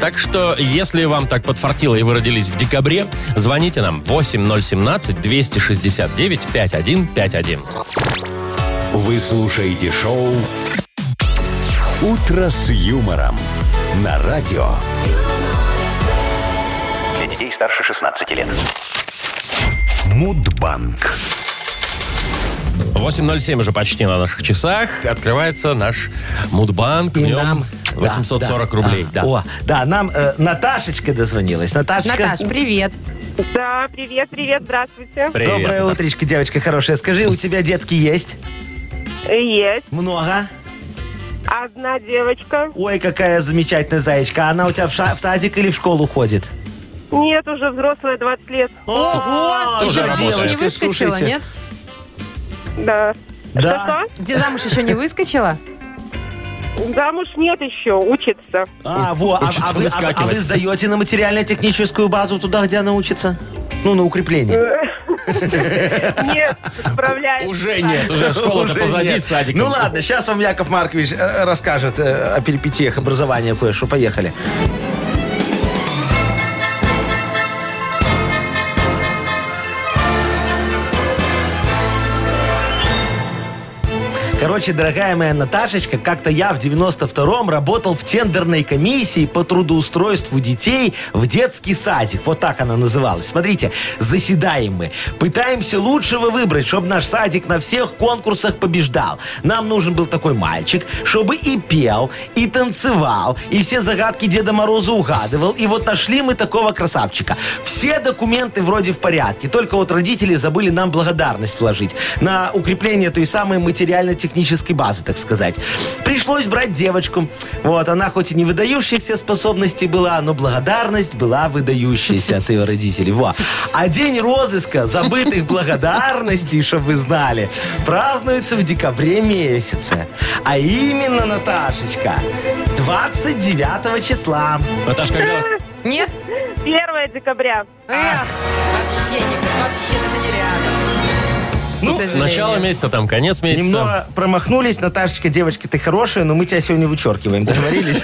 Speaker 2: Так что, если вам так подфартило и вы родились в декабре, звоните нам 8017-269-5151.
Speaker 1: Вы слушаете шоу Утро с юмором на радио.
Speaker 6: Для детей старше 16 лет.
Speaker 1: Мудбанк.
Speaker 2: 8.07 уже почти на наших часах. Открывается наш Мудбанк.
Speaker 4: и
Speaker 2: В нем
Speaker 4: нам... да,
Speaker 2: 840
Speaker 4: да,
Speaker 2: рублей.
Speaker 4: да.
Speaker 2: да.
Speaker 4: О, да, нам э, Наташечка дозвонилась. Наташечка,
Speaker 3: Наташ, привет.
Speaker 8: Да, привет, привет, здравствуйте.
Speaker 2: Привет.
Speaker 4: доброе утречко, девочка хорошая. Скажи, у тебя детки есть?
Speaker 8: Есть
Speaker 4: Много?
Speaker 8: одна девочка.
Speaker 4: Ой, какая замечательная зайчка. А Она у тебя в, ша- в садик или в школу ходит?
Speaker 8: Нет, уже взрослая, 20 лет.
Speaker 4: Ого!
Speaker 2: Тоже
Speaker 3: Еще замуж не
Speaker 2: работает.
Speaker 3: выскочила, нет?
Speaker 8: Да.
Speaker 4: Да.
Speaker 8: Что-что?
Speaker 3: Где замуж еще не выскочила?
Speaker 8: Замуж нет еще, учится.
Speaker 4: А, во, а,
Speaker 2: Учится
Speaker 4: а вы, а вы- а вы
Speaker 2: выскакивать.
Speaker 4: сдаете на материально-техническую базу туда, где она учится? Ну, на укрепление.
Speaker 8: Нет, справляется.
Speaker 2: Уже нет, уже школа-то
Speaker 4: Уже
Speaker 2: позади
Speaker 4: нет.
Speaker 2: садика.
Speaker 4: Ну ладно, сейчас вам Яков Маркович э, расскажет э, о перипетиях образования кое-что. Поехали. Короче, дорогая моя Наташечка, как-то я в 92-м работал в тендерной комиссии по трудоустройству детей в детский садик. Вот так она называлась. Смотрите, заседаем мы. Пытаемся лучшего выбрать, чтобы наш садик на всех конкурсах побеждал. Нам нужен был такой мальчик, чтобы и пел, и танцевал, и все загадки Деда Мороза угадывал. И вот нашли мы такого красавчика. Все документы вроде в порядке, только вот родители забыли нам благодарность вложить на укрепление той самой материально-технической базы, так сказать. Пришлось брать девочку. Вот, она хоть и не выдающихся способностей была, но благодарность была выдающаяся от ее родителей. Во. А день розыска забытых благодарностей, чтобы вы знали, празднуется в декабре месяце. А именно, Наташечка, 29 числа.
Speaker 2: Наташ, когда...
Speaker 3: Нет?
Speaker 8: 1 декабря.
Speaker 3: Эх, вообще не, вообще даже не рядом. К
Speaker 2: Ну,
Speaker 3: сожалению.
Speaker 2: начало месяца, там конец месяца.
Speaker 4: Немного промахнулись. Наташечка, девочки, ты хорошая, но мы тебя сегодня вычеркиваем. Договорились?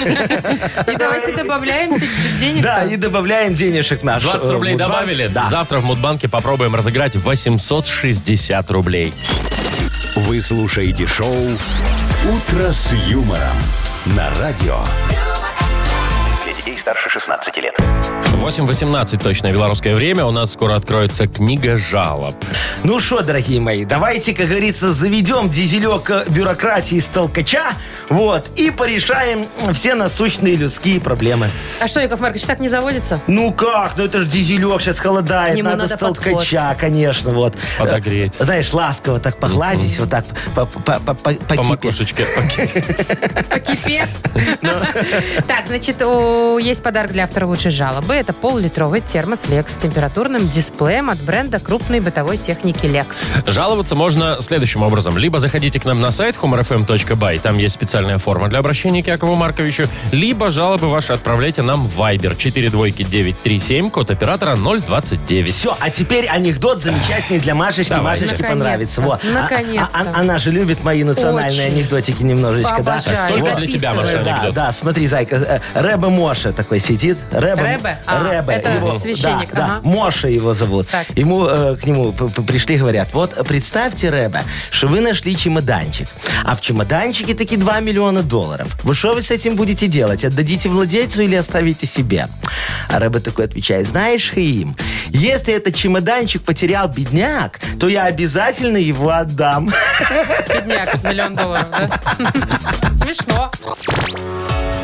Speaker 3: И давайте добавляем себе денег.
Speaker 4: Да, и добавляем денежек наш.
Speaker 2: 20
Speaker 4: э,
Speaker 2: рублей
Speaker 4: Мудбанк.
Speaker 2: добавили.
Speaker 4: Да.
Speaker 2: Завтра в Мудбанке попробуем разыграть 860 рублей.
Speaker 1: Вы слушаете шоу «Утро с юмором» на радио.
Speaker 6: Для детей старше 16 лет.
Speaker 2: 8.18 точное белорусское время. У нас скоро откроется книга жалоб.
Speaker 4: Ну что, дорогие мои, давайте, как говорится, заведем дизелек э, бюрократии с толкача, вот, и порешаем все насущные людские проблемы.
Speaker 3: А что, Яков Маркович, так не заводится?
Speaker 4: Ну как? Ну это же дизелек сейчас холодает,
Speaker 3: Ему
Speaker 4: надо,
Speaker 3: надо
Speaker 4: с толкача,
Speaker 3: подход.
Speaker 4: конечно, вот.
Speaker 2: Подогреть.
Speaker 4: Э, Знаешь, ласково так погладить, вот так по, по, по, по, по
Speaker 2: По
Speaker 4: кипе.
Speaker 2: макушечке.
Speaker 3: Кипе. Так, значит, у- есть подарок для автора лучшей жалобы. Это пол-литровый термос Lex с температурным дисплеем от бренда крупной бытовой техники Lex.
Speaker 2: Жаловаться можно следующим образом. Либо заходите к нам на сайт humorfm.by, там есть специальная форма для обращения к Якову Марковичу, либо жалобы ваши отправляйте нам в Viber 42937, код оператора 029.
Speaker 4: Все, а теперь анекдот замечательный для Машечки.
Speaker 2: Давайте.
Speaker 4: Машечке
Speaker 3: Наконец-то.
Speaker 4: понравится. Во. А- а-
Speaker 3: Наконец-то.
Speaker 4: а- она же любит мои национальные
Speaker 3: Очень.
Speaker 4: анекдотики немножечко, да?
Speaker 3: Обожаю.
Speaker 2: Только
Speaker 3: Записываю.
Speaker 2: для тебя, Маша,
Speaker 4: Да,
Speaker 2: анекдот.
Speaker 4: да, смотри, зайка, э, Рэба Моша такой сидит. Рэба,
Speaker 3: Рэбе? А, это
Speaker 4: его-
Speaker 3: священник,
Speaker 4: Да, да,
Speaker 3: ага.
Speaker 4: Моша его зовут.
Speaker 3: Так.
Speaker 4: Ему э, к нему п- п- пришли, говорят, вот э, представьте, Рэба, что вы нашли чемоданчик, а в чемоданчике таки 2 миллиона долларов. Вы что вы с этим будете делать? Отдадите владельцу или оставите себе? А Рэба такой отвечает, знаешь, Хаим, если этот чемоданчик потерял бедняк, то я обязательно его отдам.
Speaker 3: Бедняк, миллион долларов, да? Смешно.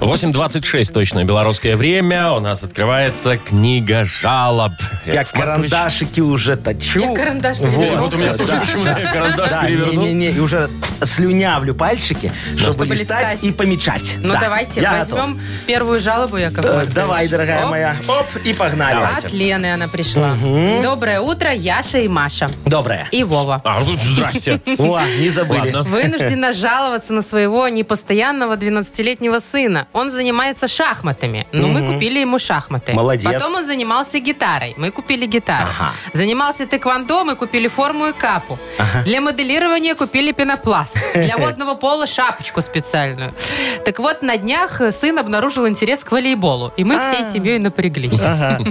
Speaker 2: 8.26 точное белорусское время. У нас открывается книга жалоб.
Speaker 4: Я
Speaker 2: Яков Маркович.
Speaker 4: карандашики уже точу.
Speaker 3: Я карандаш
Speaker 2: Э,
Speaker 3: перевернула.
Speaker 2: Вот у меня тоже почему-то я карандаш
Speaker 4: Да,
Speaker 2: перевернул.
Speaker 4: не-не-не, и уже слюнявлю пальчики, чтобы,
Speaker 3: Чтобы
Speaker 4: листать,
Speaker 3: листать.
Speaker 4: и помечать.
Speaker 3: Ну
Speaker 4: Да,
Speaker 3: давайте
Speaker 4: я
Speaker 3: возьмем первую жалобу, Яков
Speaker 4: готов. Э,
Speaker 3: Маркович.
Speaker 4: Давай, дорогая
Speaker 3: Оп.
Speaker 4: моя. Оп, и погнали.
Speaker 3: От Лены она пришла. Доброе утро, Яша и Маша.
Speaker 4: Доброе.
Speaker 3: И Вова.
Speaker 2: А, ну, здрасте.
Speaker 4: О, не забыли.
Speaker 2: Ладно.
Speaker 3: Вынуждена жаловаться на своего непостоянного 12-летнего сына. Он занимается шахматами, но мы купили ему шахматы.
Speaker 4: Молодец.
Speaker 3: Потом он занимался гитарой, мы купили гитару.
Speaker 4: Ага.
Speaker 3: Занимался тэквондо, мы купили форму и капу. Для моделирования купили пенопласт. Для водного пола шапочку специальную. Так вот, на днях э, сын обнаружил интерес к волейболу, и мы
Speaker 4: А.
Speaker 3: всей семьей напряглись.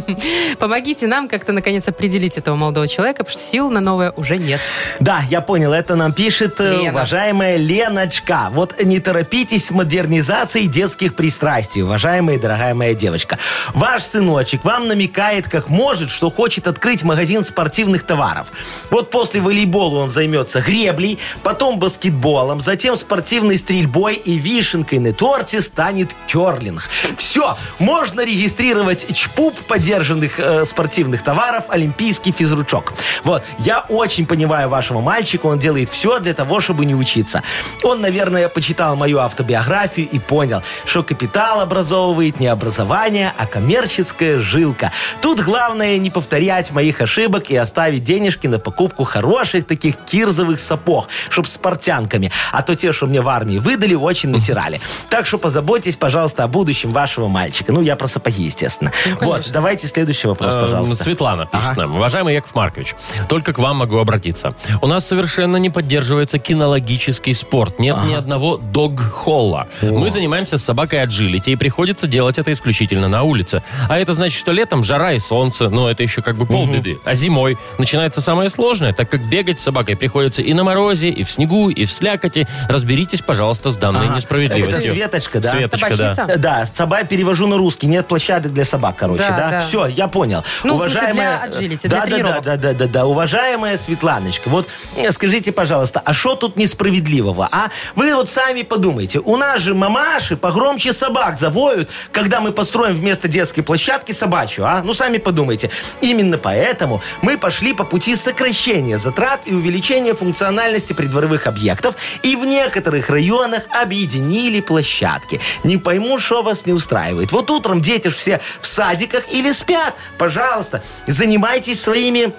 Speaker 3: Помогите нам как-то, наконец, определить этого молодого человека, потому что сил на новое уже нет.
Speaker 4: Да, я понял, это нам пишет э,
Speaker 3: Лена.
Speaker 4: уважаемая Леночка. Вот не торопитесь с модернизацией детских пристрастий, уважаемая и дорогая моя девочка. Ваш сыночек вам намекает, как может, что хочет открыть магазин спортивных товаров. Вот после волейбола он займется греблей, потом баскетболом, затем спортивной стрельбой и вишенкой на торте станет керлинг. Все, можно регистрировать ЧПУП поддержанных э, спортивных товаров «Олимпийский физручок». Вот, я очень понимаю вашего мальчика, он делает все для того, чтобы не учиться. Он, наверное, почитал мою автобиографию и понял, что капитал образовывает не образование, а коммерческая жилка. Тут главное не повторять моих ошибок и оставить денежки на покупку хороших таких кирзовых сапог, чтоб с портянками. А то те, что мне в армии выдали, очень натирали. Так что позаботьтесь, пожалуйста, о будущем вашего мальчика. Ну, я про сапоги, естественно. вот, давайте следующий вопрос,
Speaker 2: Э,
Speaker 4: пожалуйста.
Speaker 2: Светлана пишет нам. Уважаемый Яков Маркович, только к вам могу обратиться. У нас совершенно не поддерживается кинологический спорт. Нет ни одного дог-холла. Мы занимаемся с собакой аджилити, и приходится делать это исключительно на улице. А это значит, что летом жара и солнце, но это еще как бы полбеды. А зимой начинается самое сложное, так как бегать с собакой приходится и на морозе, и в снегу, и в слякоти. Разберитесь, пожалуйста, с данной
Speaker 4: Ага.
Speaker 2: несправедливостью.
Speaker 4: Это Светочка, да?
Speaker 2: Светочка, да.
Speaker 3: Собачница?
Speaker 4: Да, собака перевожу на русский. Нет площадок для собак, короче,
Speaker 3: Да,
Speaker 4: да?
Speaker 3: да.
Speaker 4: Все, я понял.
Speaker 3: Ну, в смысле, для agility, для
Speaker 4: да, да, да,
Speaker 3: тренировок.
Speaker 4: да, да, да, да. Уважаемая Светланочка, вот э, скажите, пожалуйста, а что тут несправедливого, а? Вы вот сами подумайте. У нас же мамаши погромче собак завоют, когда мы построим вместо детской площадки собачью, а? Ну, сами подумайте. Именно поэтому мы пошли по пути сокращения затрат и увеличения функциональности придворовых объектов и в некоторых районах объединили площадки. Не пойму, что вас не устраивает. Вот утром дети ж все в садиках или спят. Пожалуйста, занимайтесь своими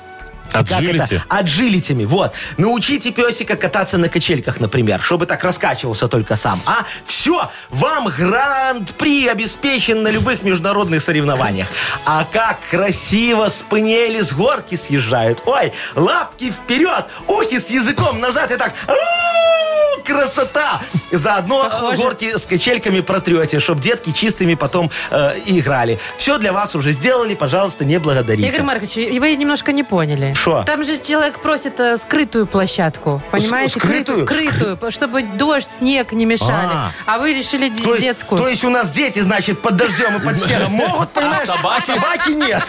Speaker 4: как это?
Speaker 2: Аджилити?
Speaker 4: Аджилитями, вот. Научите песика кататься на качельках, например, чтобы так раскачивался только сам. А все, вам гранд-при обеспечен на любых международных соревнованиях. А как красиво с пынели с горки съезжают. Ой, лапки вперед, ухи с языком назад и так... «Ау, Красота! Заодно э, горки с качельками протрете, чтобы детки чистыми потом э, играли. Все для вас уже сделали, пожалуйста, не благодарите.
Speaker 3: Игорь Маркович, и вы немножко не поняли.
Speaker 4: Шо?
Speaker 3: Там же человек просит э, скрытую площадку. Понимаете?
Speaker 4: скрытую?
Speaker 3: Крытую, чтобы дождь, снег не мешали. А,
Speaker 4: А.
Speaker 3: вы решили де-
Speaker 4: То есть-
Speaker 3: детскую.
Speaker 4: То есть у нас дети, значит, под дождем и под снегом могут, понимаешь?
Speaker 2: А собаки?
Speaker 4: собаки нет.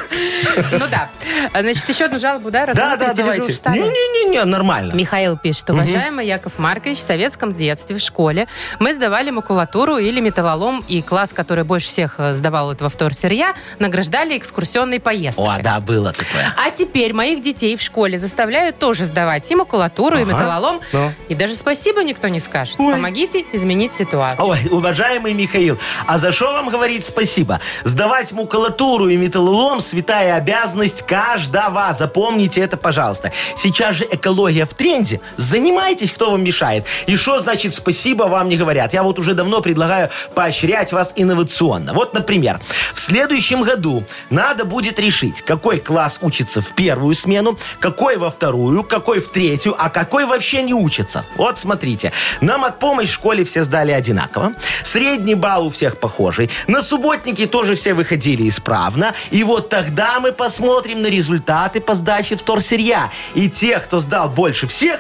Speaker 3: Ну да. А, Значит, еще одну жалобу, да?
Speaker 4: Да,
Speaker 3: рассмотрите
Speaker 4: да,
Speaker 3: дирижер
Speaker 4: давайте.
Speaker 3: штаба.
Speaker 4: Не-не-не, нормально.
Speaker 3: Михаил пишет, уважаемый Яков Маркович, в советском детстве в школе мы сдавали макулатуру или металлолом, и класс, который больше всех э, сдавал этого вторсырья, награждали экскурсионной поездкой.
Speaker 4: О, да, было такое.
Speaker 3: А теперь моих детей в школе заставляют тоже сдавать и макулатуру, и
Speaker 4: Ага.
Speaker 3: металлолом.
Speaker 4: Ну.
Speaker 3: И даже спасибо никто не скажет.
Speaker 4: Ой.
Speaker 3: Помогите изменить ситуацию.
Speaker 4: Ой, уважаемый Михаил, а за что вам говорить спасибо? Сдавать макулатуру и металлолом – святая обязанность каждого. Запомните это, пожалуйста. Сейчас же экология в тренде. Занимайтесь, кто вам мешает. И что значит спасибо вам не говорят? Я вот уже давно предлагаю поощрять вас инновационно. Вот, например, в следующем году надо будет решить, какой класс учится в первую смену, какой во вторую, какой в третью, а какой вообще не учится. Вот смотрите, нам от помощь в школе все сдали одинаково, средний балл у всех похожий, на субботники тоже все выходили исправно, и вот тогда мы посмотрим на результаты по сдаче вторсырья. И те, кто сдал больше всех,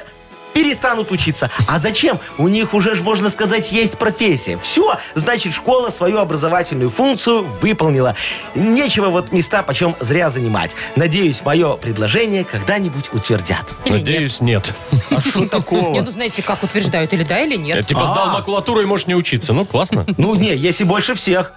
Speaker 4: перестанут учиться. А зачем? У них уже, ж, можно сказать, есть профессия. Все, значит, школа свою образовательную функцию выполнила. Нечего вот места почем зря занимать. Надеюсь, мое предложение когда-нибудь утвердят.
Speaker 3: Или нет.
Speaker 2: Надеюсь, нет. А что
Speaker 3: Не,
Speaker 2: такого?
Speaker 3: ну знаете, как утверждают, или да, или
Speaker 2: Я
Speaker 3: нет.
Speaker 2: типа сдал
Speaker 4: А.
Speaker 2: макулатуру и можешь не учиться. Ну, классно.
Speaker 4: Ну, не, если больше всех.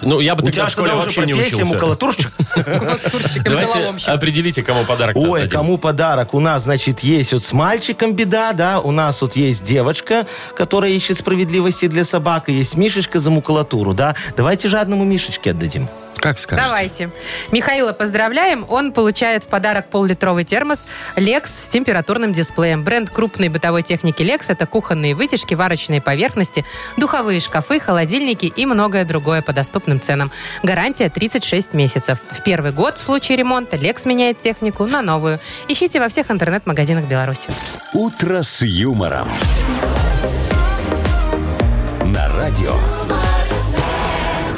Speaker 2: Ну, я бы
Speaker 4: У
Speaker 2: тогда
Speaker 4: тебя
Speaker 2: в
Speaker 4: ж
Speaker 2: школе
Speaker 4: тогда уже
Speaker 2: вообще не
Speaker 4: профессия
Speaker 2: учился.
Speaker 4: макулатурщик.
Speaker 3: Макулатурщик и
Speaker 2: Давайте
Speaker 3: металлоломщик.
Speaker 2: определите, кому подарок
Speaker 4: Ой, кому подарок? У нас, значит, есть вот с мальчиком беда, да, у нас вот есть девочка, которая ищет справедливости для собак, и есть Мишечка за макулатуру, да. Давайте жадному Мишечке отдадим.
Speaker 2: Как скажешь.
Speaker 3: Давайте. Михаила поздравляем. Он получает в подарок поллитровый термос Lex с температурным дисплеем. Бренд крупной бытовой техники Lex – это кухонные вытяжки, варочные поверхности, духовые шкафы, холодильники и многое другое по доступным ценам. Гарантия 36 месяцев. В первый год в случае ремонта Lex меняет технику на новую. Ищите во всех интернет-магазинах Беларуси.
Speaker 1: «Утро с юмором». На радио.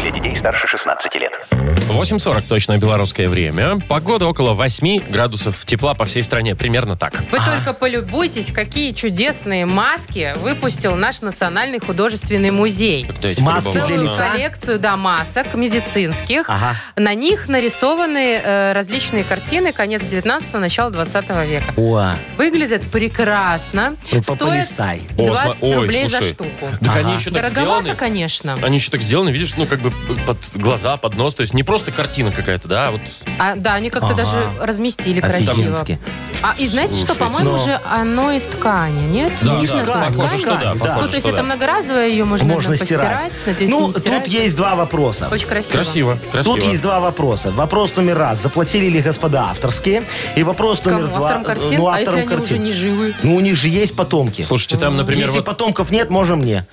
Speaker 6: Для детей старше 16 лет.
Speaker 2: 8.40 точно белорусское время. Погода около 8 градусов тепла по всей стране. Примерно так.
Speaker 3: Вы только полюбуйтесь, какие чудесные маски выпустил наш национальный художественный музей.
Speaker 4: Маски для
Speaker 3: целую
Speaker 4: лица?
Speaker 3: коллекцию да, масок медицинских.
Speaker 4: Ага.
Speaker 3: На них нарисованы э, различные картины конец 19 начало 20 века.
Speaker 4: О,
Speaker 3: Выглядят прекрасно.
Speaker 4: ну,
Speaker 3: Стоят
Speaker 4: пополистай.
Speaker 2: О, сма-
Speaker 3: 20
Speaker 2: ой,
Speaker 3: рублей за
Speaker 2: слушай.
Speaker 3: штуку.
Speaker 2: Так
Speaker 4: Ага.
Speaker 2: они еще так
Speaker 3: Дороговато,
Speaker 2: сделаны.
Speaker 3: конечно.
Speaker 2: Они еще так сделаны, видишь, ну как бы под глаза, под нос. То есть не просто картина какая-то, да,
Speaker 4: Ну,
Speaker 2: а вот
Speaker 3: А, да, они как-то
Speaker 4: Ага.
Speaker 3: даже разместили красиво.
Speaker 4: Офигенски.
Speaker 3: А, и знаете что,
Speaker 2: Слушайте,
Speaker 3: по-моему,
Speaker 4: но-
Speaker 3: же оно из ткани, нет?
Speaker 2: Да,
Speaker 3: Нужно
Speaker 2: да,
Speaker 3: это
Speaker 2: ткань,
Speaker 3: ткань?
Speaker 2: похоже, что да,
Speaker 4: ткань,
Speaker 2: похоже,
Speaker 3: Ну, то есть
Speaker 2: что
Speaker 3: это
Speaker 2: да.
Speaker 3: многоразовое, ее можно,
Speaker 4: Можно
Speaker 3: наверное, постирать.
Speaker 4: стирать.
Speaker 3: Надеюсь,
Speaker 4: Ну,
Speaker 3: не
Speaker 4: тут
Speaker 3: стирается.
Speaker 4: есть два вопроса.
Speaker 3: Очень красиво.
Speaker 2: красиво, красиво.
Speaker 4: Тут есть два вопроса. Вопрос номер раз. Заплатили ли господа авторские? И вопрос
Speaker 3: Кому?
Speaker 4: номер два.
Speaker 3: Авторам
Speaker 4: э,
Speaker 3: картин?
Speaker 4: Ну,
Speaker 3: а если
Speaker 4: авторам
Speaker 3: они
Speaker 4: картин.
Speaker 3: уже не живы?
Speaker 4: Ну, у них же есть потомки.
Speaker 2: Слушайте, там, например,
Speaker 4: Если
Speaker 2: вот
Speaker 4: потомков нет, можно мне.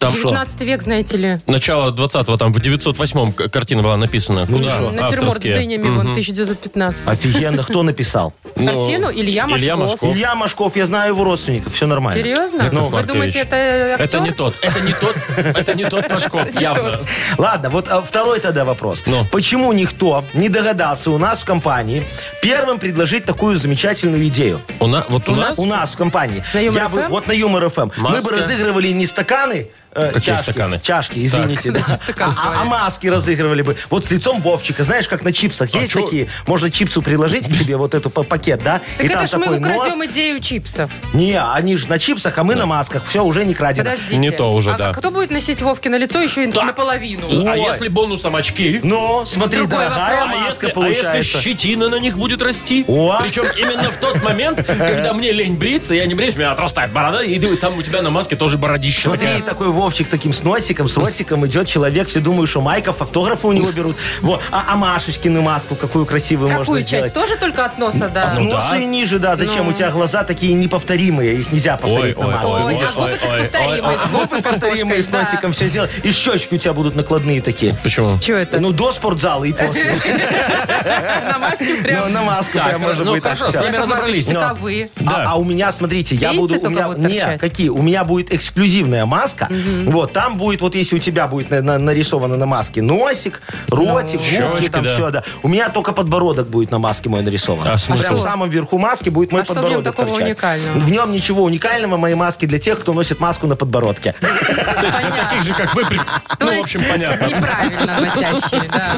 Speaker 2: там
Speaker 4: что?
Speaker 3: 19 век, знаете ли.
Speaker 2: начало 20-го, там в 908-м к- картина была написана.
Speaker 4: Ну,
Speaker 2: Куда?
Speaker 4: что?
Speaker 3: Натюрморт с
Speaker 2: Авторские. А
Speaker 3: дынями, вон, 1915.
Speaker 4: Офигенно, кто написал?
Speaker 2: Ну,
Speaker 3: Картину Илья Машков.
Speaker 2: Илья Машков.
Speaker 4: Илья Машков, я знаю его родственников, все нормально. Ну,
Speaker 3: Серьезно?
Speaker 2: Яков
Speaker 3: Вы
Speaker 2: Маркович,
Speaker 3: думаете, это актер?
Speaker 2: Это не тот, это не тот, это не тот Машков, явно.
Speaker 4: Ладно, вот а, второй тогда вопрос.
Speaker 2: Ну.
Speaker 4: Почему никто не догадался у нас в компании первым предложить такую замечательную идею?
Speaker 2: У нас, вот у нас,
Speaker 4: У нас в компании.
Speaker 3: На Юмор
Speaker 4: Я бы-
Speaker 3: ФМ?
Speaker 4: вот на Юмор ФМ. Мы
Speaker 2: Маска.
Speaker 4: бы разыгрывали не стаканы, э,
Speaker 2: Какие
Speaker 4: чашки,
Speaker 2: стаканы?
Speaker 4: чашки, извините, да.
Speaker 3: стаканы,
Speaker 4: а, а маски разыгрывали бы. Вот с лицом Вовчика, знаешь, как на чипсах есть
Speaker 2: чё?
Speaker 4: такие. Можно чипсу приложить к себе вот эту па- пакет, да?
Speaker 3: Так
Speaker 4: И там
Speaker 3: это ж мы
Speaker 4: такой
Speaker 3: украдем
Speaker 4: нос.
Speaker 3: идею чипсов.
Speaker 4: Не, они же на чипсах, а мы на масках. Все уже не крадено.
Speaker 3: Подождите.
Speaker 2: Не то уже,
Speaker 3: а
Speaker 2: да.
Speaker 3: кто будет носить Вовки на лицо еще и наполовину?
Speaker 2: а
Speaker 4: Ой.
Speaker 2: если бонусом очки?
Speaker 4: Но смотри,
Speaker 3: Другой
Speaker 4: дорогая
Speaker 3: вопрос.
Speaker 2: А если,
Speaker 4: маска
Speaker 2: а если
Speaker 4: получается.
Speaker 2: щетина на них будет расти?
Speaker 4: О.
Speaker 2: Причем именно в тот момент, когда мне лень бриться, я не бреюсь, у меня отрастает борода, и ты- там у тебя на маске тоже бородища
Speaker 4: Смотри,
Speaker 2: такая.
Speaker 4: такой Вовчик таким с носиком, с ротиком идет человек. Все думают, что Майков, автографы у него берут. Вот. А, а Машечкину маску какую красивую можно
Speaker 3: Какую
Speaker 4: сделать.
Speaker 3: часть? Тоже только от носа, да?
Speaker 4: От носа
Speaker 2: да.
Speaker 4: и ниже, да. Зачем?
Speaker 3: Ну.
Speaker 4: У тебя глаза такие неповторимые. Их нельзя повторить на
Speaker 2: ой,
Speaker 4: маске.
Speaker 3: Ой,
Speaker 2: Ой,
Speaker 3: а губы
Speaker 2: ой,
Speaker 3: так
Speaker 2: ой, Ну,
Speaker 3: повторимые, с носом
Speaker 4: Повторимые
Speaker 3: картошкой,
Speaker 4: с
Speaker 3: да.
Speaker 4: носиком все сделать. И щечки у тебя будут накладные такие.
Speaker 2: Почему?
Speaker 3: Чё это?
Speaker 4: Ну, до спортзала и после.
Speaker 3: на маске
Speaker 4: Ну,
Speaker 3: прям.
Speaker 4: на маску
Speaker 2: Так,
Speaker 4: прям может
Speaker 2: ну,
Speaker 4: быть. так
Speaker 2: хорошо, с
Speaker 4: всё.
Speaker 2: нами разобрались.
Speaker 4: Ну,
Speaker 3: Таковы.
Speaker 2: Да.
Speaker 4: А, а у меня, смотрите, я
Speaker 3: Пейсы
Speaker 4: буду... У
Speaker 3: только
Speaker 4: меня,
Speaker 3: будут
Speaker 4: не,
Speaker 3: торчать?
Speaker 4: какие? У меня будет эксклюзивная маска. Вот, там будет, вот если у тебя будет на- на- нарисовано на маске носик, ротик, губки,
Speaker 2: Щечки,
Speaker 4: там
Speaker 2: да.
Speaker 4: все, да. У меня только подбородок будет на маске мой нарисован.
Speaker 2: А
Speaker 4: Прям
Speaker 2: смысл?
Speaker 4: в самом верху маски будет мой
Speaker 3: А что в нем
Speaker 4: подбородок
Speaker 3: такого
Speaker 4: торчать.
Speaker 3: уникального?
Speaker 4: В нем ничего уникального, мои маски для тех, кто носит маску на подбородке.
Speaker 2: То есть для
Speaker 3: понятно.
Speaker 2: таких же, как вы, при-
Speaker 3: То
Speaker 2: ну, в
Speaker 3: есть
Speaker 2: общем, понятно.
Speaker 3: Неправильно носящие, да.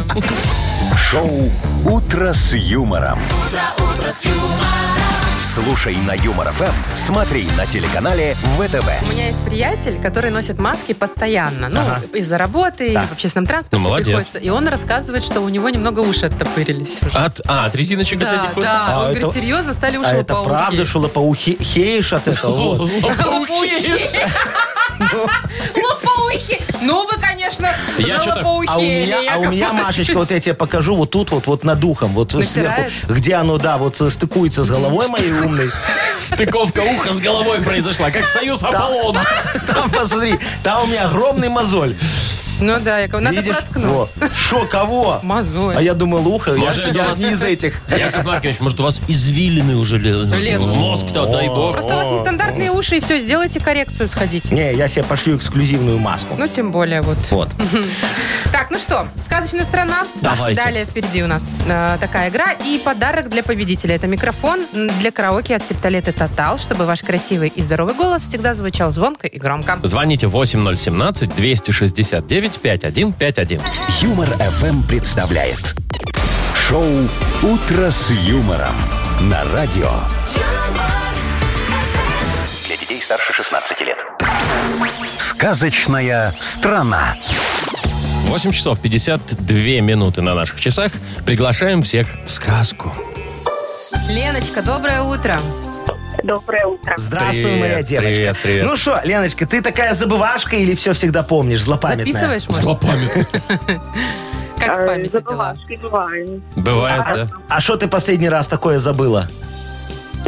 Speaker 1: Шоу «Утро с юмором». Слушай на Юмор ФМ, смотри на телеканале
Speaker 3: У
Speaker 1: ВТВ.
Speaker 3: меня есть приятель, который носит маски постоянно. Ну, из-за работы, и в общественном транспорте
Speaker 2: Ну, молодец.
Speaker 3: приходится. И он рассказывает, что у немного немного уши оттопырились. уже.
Speaker 2: От, а, от резиночек от
Speaker 3: Да,
Speaker 2: этих вот?
Speaker 3: да.
Speaker 4: А
Speaker 3: он
Speaker 4: это-
Speaker 3: говорит, серьезно, стали уши
Speaker 4: А это
Speaker 3: лопоухие.
Speaker 4: правда, что лопоухи- хеешь от этого? вот?
Speaker 3: Лопоухие.
Speaker 4: Ну.
Speaker 3: Лопоухие. Ну вы, конечно,
Speaker 2: Я
Speaker 3: за
Speaker 2: чё-то-
Speaker 4: А у меня,
Speaker 3: лопоухие.
Speaker 4: а у меня, Машечка, вот я тебе покажу, вот тут вот, вот над ухом, вот
Speaker 3: Натирает?
Speaker 4: сверху, где оно, да, вот э, стыкуется с головой моей умной.
Speaker 2: Стыковка уха с головой произошла, как союз Аполлона.
Speaker 4: Там, посмотри, там у меня огромный мозоль.
Speaker 3: Ну да, Яков, надо
Speaker 4: Видишь?
Speaker 3: проткнуть.
Speaker 4: Во. Шо, кого?
Speaker 3: Мозоль.
Speaker 4: А я думал, ухо, я,
Speaker 2: Может,
Speaker 4: я
Speaker 2: у вас-
Speaker 4: не из этих.
Speaker 2: Яков Маркович, может, у вас извилины уже
Speaker 3: Лезут.
Speaker 2: Мозг-то, дай бог.
Speaker 3: Просто у вас нестандартные уши, и все, сделайте коррекцию, сходите.
Speaker 4: Не, я себе пошлю эксклюзивную маску.
Speaker 3: Ну, тем более, вот.
Speaker 4: Вот.
Speaker 3: Так, ну что, сказочная страна.
Speaker 2: Давайте.
Speaker 3: Далее впереди у нас э, такая игра и подарок для победителя. Это микрофон м, для караоке от Септолета Тотал, чтобы ваш красивый и здоровый голос всегда звучал звонко и громко.
Speaker 2: Звоните 8017-269-5151.
Speaker 1: Юмор ФМ представляет. Шоу «Утро с юмором» на радио.
Speaker 6: Для детей старше 16 лет.
Speaker 1: Сказочная страна.
Speaker 2: 8 часов 52 минуты на наших часах. Приглашаем всех в сказку.
Speaker 3: Леночка, доброе утро.
Speaker 8: Доброе утро.
Speaker 4: Здравствуй,
Speaker 2: Привет,
Speaker 4: моя девочка.
Speaker 2: привет, привет.
Speaker 4: Ну что, Леночка, ты такая забывашка или все всегда помнишь, злопамятная?
Speaker 3: Записываешь, может?
Speaker 2: Злопамятный.
Speaker 3: Как
Speaker 8: Э,
Speaker 3: с памятью дела?
Speaker 8: Забывашки бывают.
Speaker 2: Бывает, да?
Speaker 4: А что ты последний раз такое забыла?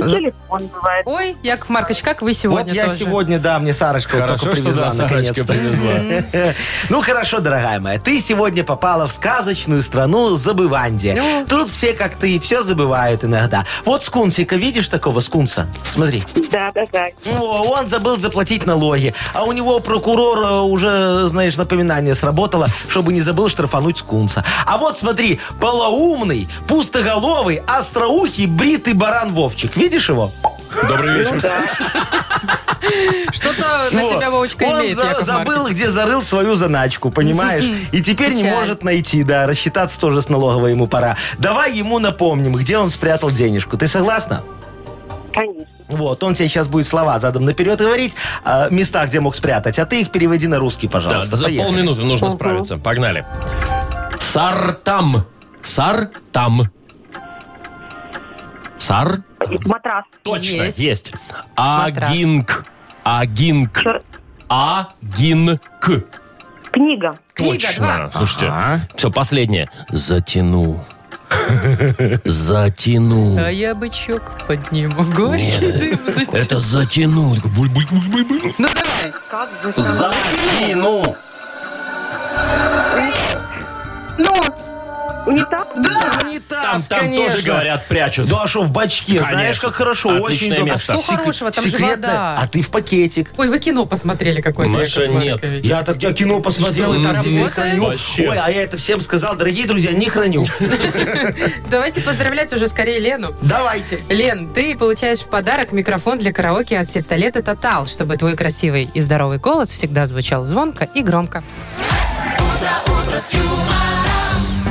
Speaker 4: Э,
Speaker 8: Телефон бывает.
Speaker 3: Ой, Яков Маркович, как вы сегодня
Speaker 4: вот я
Speaker 3: тоже?
Speaker 4: сегодня, да, мне Сарочка вот
Speaker 2: Хорошо,
Speaker 4: только
Speaker 2: что
Speaker 4: привезла
Speaker 2: да, Сарочка
Speaker 4: наконец-то.
Speaker 2: привезла.
Speaker 4: Ну хорошо, дорогая моя, ты сегодня попала в сказочную страну забывандия.
Speaker 3: Ну.
Speaker 4: Тут все как ты, все забывают иногда. Вот скунсика, видишь такого скунса? Смотри.
Speaker 8: Да, да, да.
Speaker 4: О, он забыл заплатить налоги. А у него прокурор э, уже, знаешь, напоминание сработало, чтобы не забыл штрафануть скунса. А вот смотри, полоумный, пустоголовый, остроухий, бритый баран Вовчик. Видишь его?
Speaker 2: Добрый вечер.
Speaker 3: Что-то на
Speaker 4: Вот.
Speaker 3: тебя, Вовочка,
Speaker 4: Ну, Он
Speaker 3: имеет,
Speaker 4: за-
Speaker 3: Яков
Speaker 4: забыл,
Speaker 3: Маркович.
Speaker 4: где зарыл свою заначку, понимаешь? И теперь не
Speaker 3: Печаль.
Speaker 4: может найти, да. Рассчитаться тоже с налоговой ему пора. Давай ему напомним, где он спрятал денежку. Ты согласна?
Speaker 8: Конечно.
Speaker 4: Вот, он тебе сейчас будет слова задом наперед говорить, а, места, где мог спрятать, а ты их переводи на русский,
Speaker 2: Да,
Speaker 4: пожалуйста.
Speaker 2: за
Speaker 4: Поехали.
Speaker 2: полминуты нужно
Speaker 7: Ага.
Speaker 2: справиться. Погнали. Сартам. Сартам. Сар.
Speaker 8: Матрас.
Speaker 2: Точно,
Speaker 3: Есть.
Speaker 2: есть. Агинг. Агинг.
Speaker 8: Чер-
Speaker 2: Агинг.
Speaker 8: Книга.
Speaker 3: Книга,
Speaker 2: Точно.
Speaker 3: два.
Speaker 2: Слушайте, все, последнее. Затяну. Затяну.
Speaker 3: А я бычок подниму. Горький дым затя-
Speaker 2: Это затяну. Буль-буль-буль-буль-буль.
Speaker 3: Ну давай.
Speaker 8: Как же
Speaker 2: Затяну.
Speaker 3: Ну,
Speaker 8: Унитаз?
Speaker 3: да.
Speaker 4: Не так,
Speaker 2: Там, там
Speaker 4: конечно.
Speaker 2: тоже говорят, прячут.
Speaker 4: Да, что в бачке, знаешь, как хорошо,
Speaker 2: Отличное
Speaker 4: очень удобно.
Speaker 2: место.
Speaker 3: Что хорошего, там же
Speaker 4: секретное,
Speaker 3: вода.
Speaker 4: А ты в пакетик.
Speaker 3: Ой, вы кино посмотрели какое-то.
Speaker 2: Маша,
Speaker 3: Яков
Speaker 2: нет.
Speaker 3: Маркович.
Speaker 4: Я так я кино посмотрел
Speaker 3: Что,
Speaker 4: и так
Speaker 3: это
Speaker 4: теперь
Speaker 3: работает?
Speaker 4: храню.
Speaker 2: Вообще.
Speaker 4: Ой, а я это всем сказал, дорогие друзья, не храню.
Speaker 3: Давайте поздравлять уже скорее Лену.
Speaker 4: Давайте.
Speaker 3: Лен, ты получаешь в подарок микрофон для караоке от септолета Тотал, чтобы твой красивый и здоровый голос всегда звучал звонко и громко.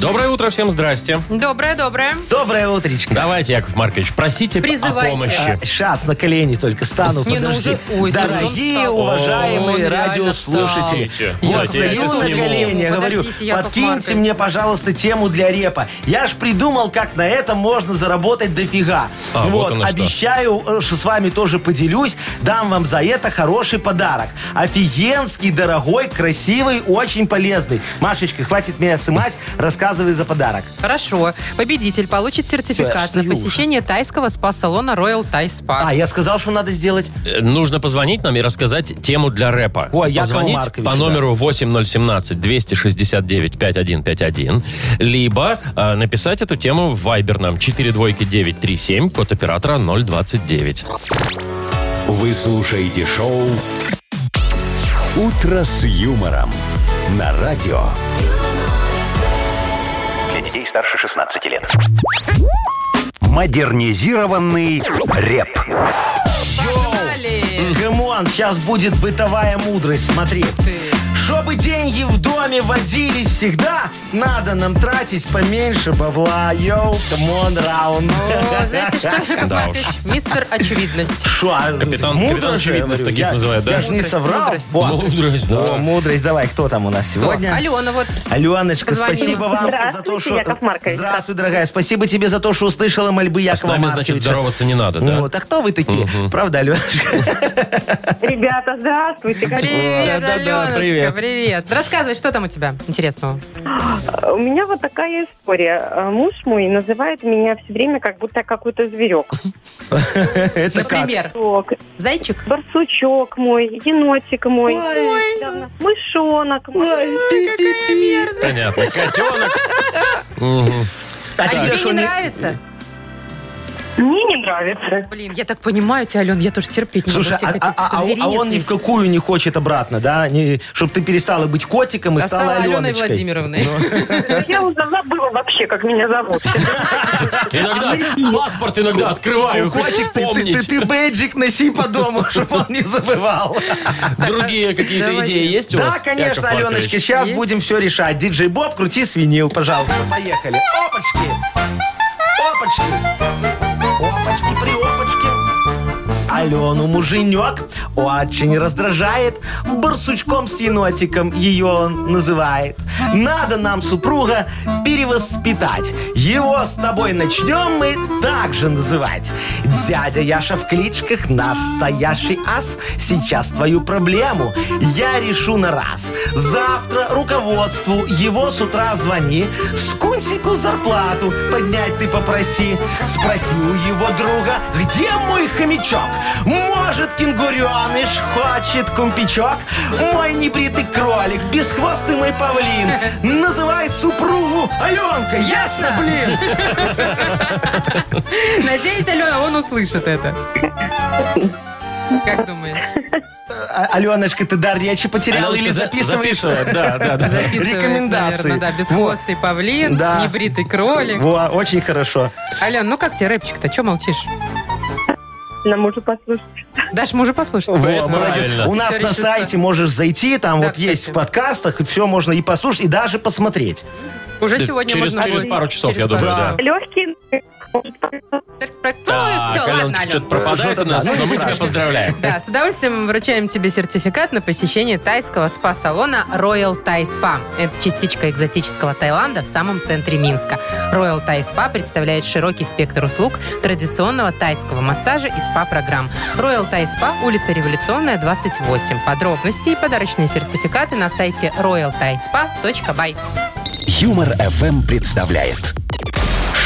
Speaker 2: Доброе утро, всем здрасте.
Speaker 3: Доброе, доброе.
Speaker 4: Доброе утречко.
Speaker 2: Давайте, Яков Маркович, просите о
Speaker 3: Призывайте.
Speaker 2: помощи.
Speaker 4: Сейчас на колени только стану,
Speaker 3: Не, ну
Speaker 4: подожди.
Speaker 3: уже- ой, смотри, он
Speaker 4: Дорогие,
Speaker 3: встал.
Speaker 2: Он
Speaker 4: уважаемые
Speaker 3: реально
Speaker 4: радиослушатели,
Speaker 2: встал.
Speaker 4: я
Speaker 2: Я
Speaker 4: стою
Speaker 2: это
Speaker 4: на
Speaker 2: сниму.
Speaker 4: колени, я говорю,
Speaker 3: Подождите, Яков
Speaker 4: подкиньте
Speaker 3: Маркович.
Speaker 4: мне, пожалуйста, тему для репа. Я ж придумал, как на этом можно заработать дофига.
Speaker 2: А, вот
Speaker 4: Вот,
Speaker 2: оно что.
Speaker 4: обещаю, э, что с вами тоже поделюсь, дам вам за это хороший подарок. Офигенский, дорогой, красивый, очень полезный. Машечка, хватит меня сымать, рассказывай за подарок.
Speaker 3: Хорошо. Победитель получит
Speaker 4: Я
Speaker 3: сертификат
Speaker 4: встаю
Speaker 3: на
Speaker 4: уже.
Speaker 3: посещение тайского спа-салона Royal Thai Spa.
Speaker 4: А, я сказал, что надо сделать.
Speaker 2: Э, Нужно позвонить нам и рассказать тему для рэпа.
Speaker 4: Ой, Якову
Speaker 2: позвонить
Speaker 4: Марковичу,
Speaker 2: по
Speaker 4: да.
Speaker 2: номеру 8017-269-5151, либо э, написать эту тему в Viber нам 42937, код оператора 029.
Speaker 1: Вы слушаете шоу «Утро с юмором» на радио.
Speaker 6: Для детей старше 16 лет.
Speaker 1: Модернизированный реп.
Speaker 3: Погнали.
Speaker 4: Камон, сейчас будет бытовая мудрость, смотри. Чтобы деньги в доме водились всегда, надо нам тратить поменьше бабла. Йоу, камон, раунд.
Speaker 3: О, знаете что, Яков
Speaker 2: Да
Speaker 3: Маркович? Мистер Очевидность.
Speaker 4: Шо, а,
Speaker 2: Капитан- капитан
Speaker 4: мудро же, я
Speaker 2: очевидность
Speaker 4: говорю,
Speaker 2: таких
Speaker 4: я-
Speaker 2: называют, да?
Speaker 4: Я же не
Speaker 3: Мудрость,
Speaker 4: соврал.
Speaker 3: мудрость.
Speaker 4: Во.
Speaker 2: Мудрость,
Speaker 4: О, мудрость, давай, кто там у нас сегодня?
Speaker 3: Алена, вот
Speaker 4: Аленочка,
Speaker 3: Позвонила.
Speaker 4: спасибо вам за то,
Speaker 8: Здравствуйте,
Speaker 4: что...
Speaker 8: Яков Маркович.
Speaker 4: Здравствуй, дорогая. Спасибо тебе за то, что услышала мольбы Якова
Speaker 2: А С нами, значит,
Speaker 4: Марковича.
Speaker 2: здороваться не надо, да?
Speaker 4: Вот, а кто вы такие? Правда, Аленочка?
Speaker 8: Ребята, здравствуйте. Как-
Speaker 3: Привет,
Speaker 2: Да-да-да,
Speaker 3: Аленушка,
Speaker 2: привет.
Speaker 3: привет. Рассказывай, что там у тебя интересного?
Speaker 8: э, У меня вот такая история. Э, Муж мой называет меня все время как будто какой-то зверек.
Speaker 4: Это как?
Speaker 3: Например,
Speaker 8: Сок,
Speaker 3: зайчик?
Speaker 8: Барсучок мой, енотик мой,
Speaker 4: Ой.
Speaker 8: недавно мышонок мой.
Speaker 4: Ой, пи-пи-пи.
Speaker 2: Понятно. Котенок. Мгм.
Speaker 4: А
Speaker 3: А тебе
Speaker 4: что,
Speaker 3: не нравится?
Speaker 8: Мне не нравится.
Speaker 3: Блин, я так понимаю тебя, Ален, я тоже терпеть не
Speaker 4: Слушай,
Speaker 3: могу
Speaker 4: а,
Speaker 3: всех
Speaker 4: а-
Speaker 3: этих
Speaker 4: а- а он- а
Speaker 3: зверинец
Speaker 4: он ни в
Speaker 3: этих.
Speaker 4: какую не хочет обратно, да? чтобы ты перестала быть котиком и
Speaker 3: А
Speaker 4: стала,
Speaker 3: стала Аленой
Speaker 4: Аленочкой. Ну.
Speaker 3: Владимировной.
Speaker 8: Я уже забыла вообще, как меня зовут.
Speaker 2: Иногда паспорт иногда открываю, хочу
Speaker 4: Котик, Ну, ты, ты, ты,
Speaker 2: вспомнить.
Speaker 4: ты бейджик носи по дому, чтобы он не забывал.
Speaker 2: Другие какие-то
Speaker 3: Давайте.
Speaker 2: идеи есть у
Speaker 4: э, Да,
Speaker 2: вас?
Speaker 4: конечно,
Speaker 2: Яков Маркович?
Speaker 4: Аленочка, сейчас
Speaker 3: Есть?
Speaker 4: будем все решать. Диджей Боб, крути свинил, пожалуйста. Поехали. Опачки. Опачки. Опачки, при опачке. Алену муженек очень раздражает. Барсучком с енотиком ее он называет. Надо нам супруга перевоспитать. Его с тобой начнем мы также называть. Дядя Яша в кличках настоящий ас. Сейчас твою проблему я решу на раз. Завтра руководству его с утра звони. Скунсику зарплату поднять ты попроси. Спроси у его друга, где мой хомячок? Может, кенгуреныш хочет кумпичок? Мой небритый кролик, бесхвостый мой павлин. Называй супругу Аленка, ясно, блин?
Speaker 3: Надеюсь, Алена, он услышит это. Как думаешь?
Speaker 4: А- Аленочка, ты дар речи потерял
Speaker 2: Аленочка,
Speaker 4: или
Speaker 2: за-
Speaker 4: записываешь?
Speaker 2: записывает, да, да, да.
Speaker 3: Записывает,
Speaker 4: Рекомендации.
Speaker 3: наверное, да. Бесхвостый павлин,
Speaker 4: Да.
Speaker 3: небритый кролик.
Speaker 4: Во, очень хорошо.
Speaker 3: Ален, ну как тебе рэпчик-то? Че молчишь?
Speaker 8: На мужа послушать.
Speaker 3: Дашь мужа послушать.
Speaker 4: Во,
Speaker 2: Поэтому
Speaker 4: молодец.
Speaker 2: правильно.
Speaker 4: Ну, У нас
Speaker 3: Всё
Speaker 4: на
Speaker 3: решится.
Speaker 4: сайте можешь зайти, там
Speaker 3: Да,
Speaker 4: вот есть в
Speaker 3: кстати.
Speaker 4: подкастах, все можно и послушать, и даже посмотреть.
Speaker 3: Уже
Speaker 2: Да,
Speaker 3: сегодня
Speaker 2: через-
Speaker 3: можно
Speaker 2: через
Speaker 3: будет.
Speaker 2: пару часов, я думаю, да.
Speaker 8: Легкие.
Speaker 3: Ну, все, ладно,
Speaker 2: Аленочка, что-то
Speaker 3: Ален.
Speaker 2: пропадает
Speaker 4: Что-то
Speaker 2: у нас,
Speaker 4: да, ну,
Speaker 2: но
Speaker 4: не
Speaker 2: мы тебя
Speaker 4: страшно.
Speaker 2: поздравляем.
Speaker 3: Да, с удовольствием вручаем тебе сертификат на посещение тайского спа-салона Royal Thai Spa. Это частичка экзотического Таиланда в самом центре Минска. Royal Thai Spa представляет широкий спектр услуг традиционного тайского массажа и спа-программ. Royal Thai Spa, улица Революционная, 28. Подробности и подарочные сертификаты на сайте royalthaispa.by.
Speaker 1: Юмор FM представляет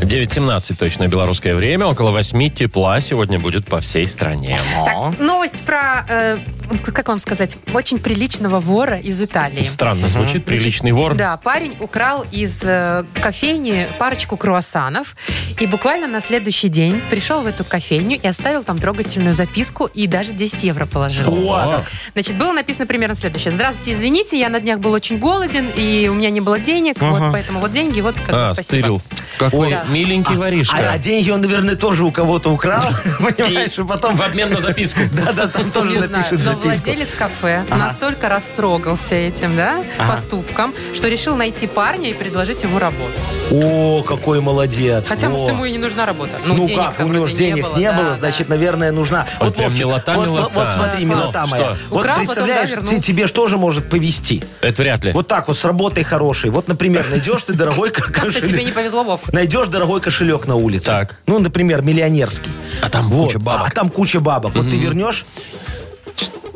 Speaker 2: 9.17 точно белорусское время. Около 8 тепла сегодня будет по всей стране.
Speaker 3: Так, новость про, э, как вам сказать, очень приличного вора из Италии.
Speaker 2: Странно звучит. Приличный вор.
Speaker 3: Да, парень украл из э, кофейни парочку круассанов и буквально на следующий день пришел в эту кофейню и оставил там трогательную записку и даже 10 евро положил.
Speaker 4: А,
Speaker 2: О,
Speaker 3: Значит, было написано примерно следующее. Здравствуйте, извините, я на днях был очень голоден и у меня не было денег, вот поэтому вот деньги, вот как бы
Speaker 2: а,
Speaker 3: спасибо.
Speaker 2: стырил. Какой
Speaker 3: Да.
Speaker 2: миленький
Speaker 4: А, а
Speaker 2: воришка.
Speaker 4: деньги он, наверное, тоже у кого-то украл, понимаешь, и потом...
Speaker 2: В обмен на записку.
Speaker 4: Да-да, там
Speaker 3: Не
Speaker 4: тоже
Speaker 3: знаю,
Speaker 4: напишут
Speaker 3: но
Speaker 4: записку.
Speaker 3: владелец кафе настолько растрогался этим, да,
Speaker 4: Ага.
Speaker 3: поступком, что решил найти парня и предложить ему работу.
Speaker 4: О, какой молодец.
Speaker 3: Хотя, может,
Speaker 4: во.
Speaker 3: ему и не нужна работа. Ну,
Speaker 4: Ну
Speaker 3: денег
Speaker 4: как, у него же денег не
Speaker 3: да,
Speaker 4: было,
Speaker 3: да.
Speaker 4: значит, наверное, нужна.
Speaker 2: Вот прям А милота,
Speaker 4: вот-
Speaker 2: милота.
Speaker 4: вот- вот смотри,
Speaker 3: Да,
Speaker 4: милота
Speaker 2: класс.
Speaker 4: моя.
Speaker 2: Что?
Speaker 3: Украл, потом,
Speaker 4: Вот
Speaker 3: ну. да,
Speaker 4: представляешь, те-
Speaker 3: вернул.
Speaker 4: тебе же тоже может повести.
Speaker 2: Это вряд ли.
Speaker 4: Вот так вот с работой хорошей. Вот, например, найдешь ты дорогой ко-
Speaker 3: Как-то тебе
Speaker 4: кошелек.
Speaker 3: не повезло, Вов.
Speaker 4: Найдешь дорогой кошелек на улице.
Speaker 2: Так.
Speaker 4: Ну, например, миллионерский.
Speaker 2: А там
Speaker 4: Вот.
Speaker 2: куча бабок.
Speaker 4: А там куча бабок. Вот ты вернешь,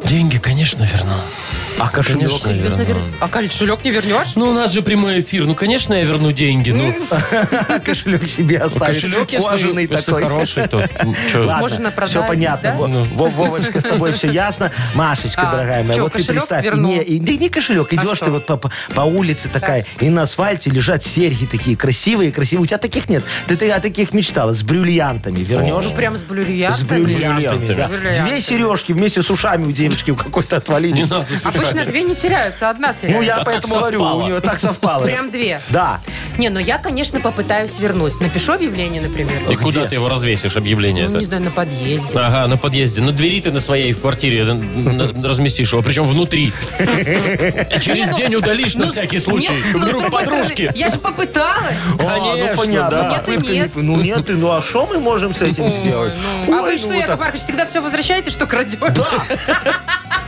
Speaker 2: Деньги, конечно, верну.
Speaker 4: а кошелек...
Speaker 2: Ну, Конечно,
Speaker 3: Без
Speaker 2: верну.
Speaker 3: навер- А кошелек не вернешь?
Speaker 2: Ну, у нас же прямой эфир. Ну, конечно, я верну деньги. Ну,
Speaker 4: А кошелек себе оставит.
Speaker 2: кошелек, если,
Speaker 4: Кожаный
Speaker 2: если
Speaker 4: такой.
Speaker 2: хороший, то... м, чё?
Speaker 4: Ладно,
Speaker 3: Можно продать,
Speaker 4: все понятно.
Speaker 3: да?
Speaker 4: Во-
Speaker 2: Ну.
Speaker 4: Во- Вовочка, с тобой все ясно. Машечка,
Speaker 3: А,
Speaker 4: дорогая моя,
Speaker 3: чё,
Speaker 4: вот ты
Speaker 3: кошелек
Speaker 4: представь. и
Speaker 3: вернул? А
Speaker 4: Не, и- да не кошелек, идешь
Speaker 3: что?
Speaker 4: ты вот по, по- по улице такая, и на асфальте лежат серьги такие красивые, красивые. У тебя таких нет. Ты, ты о таких мечтала, с бриллиантами вернешь.
Speaker 3: Ну, прям с
Speaker 4: С
Speaker 3: блюриятами.
Speaker 4: бриллиантами, да.
Speaker 2: С
Speaker 3: бриллиантами.
Speaker 4: Две сережки вместе с ушами у девочки у какой-то
Speaker 2: Не
Speaker 4: отвалились.
Speaker 2: надо, слушай.
Speaker 3: Обычно две не теряются, одна теряется.
Speaker 4: Ну, я поэтому говорю,
Speaker 2: совпало.
Speaker 4: у нее так совпало.
Speaker 3: Прям две.
Speaker 4: Да.
Speaker 3: Не, ну я, конечно, попытаюсь вернуть. Напишу объявление, например.
Speaker 2: И куда
Speaker 4: А Где?
Speaker 2: ты его развесишь, объявление
Speaker 3: Ну,
Speaker 2: это?
Speaker 3: не знаю, на подъезде.
Speaker 2: Ага, на подъезде. На двери ты на своей в квартире н- н- разместишь его, причем внутри. И Через день удалишь на
Speaker 3: Ну,
Speaker 2: всякий случай.
Speaker 3: нет, ну, с
Speaker 2: Вдруг
Speaker 3: другой стороны,
Speaker 2: подружки.
Speaker 3: Я же попыталась.
Speaker 2: Конечно,
Speaker 4: а, ну понятно.
Speaker 2: да.
Speaker 3: Нет и
Speaker 4: Попытка не-
Speaker 3: нет.
Speaker 4: Ну нет, и ну а что мы можем с этим сделать?
Speaker 3: А
Speaker 4: Ой,
Speaker 3: вы
Speaker 4: ну
Speaker 3: что,
Speaker 4: вот
Speaker 3: Яков
Speaker 4: так.
Speaker 3: Маркович, всегда все возвращаете, что крадете?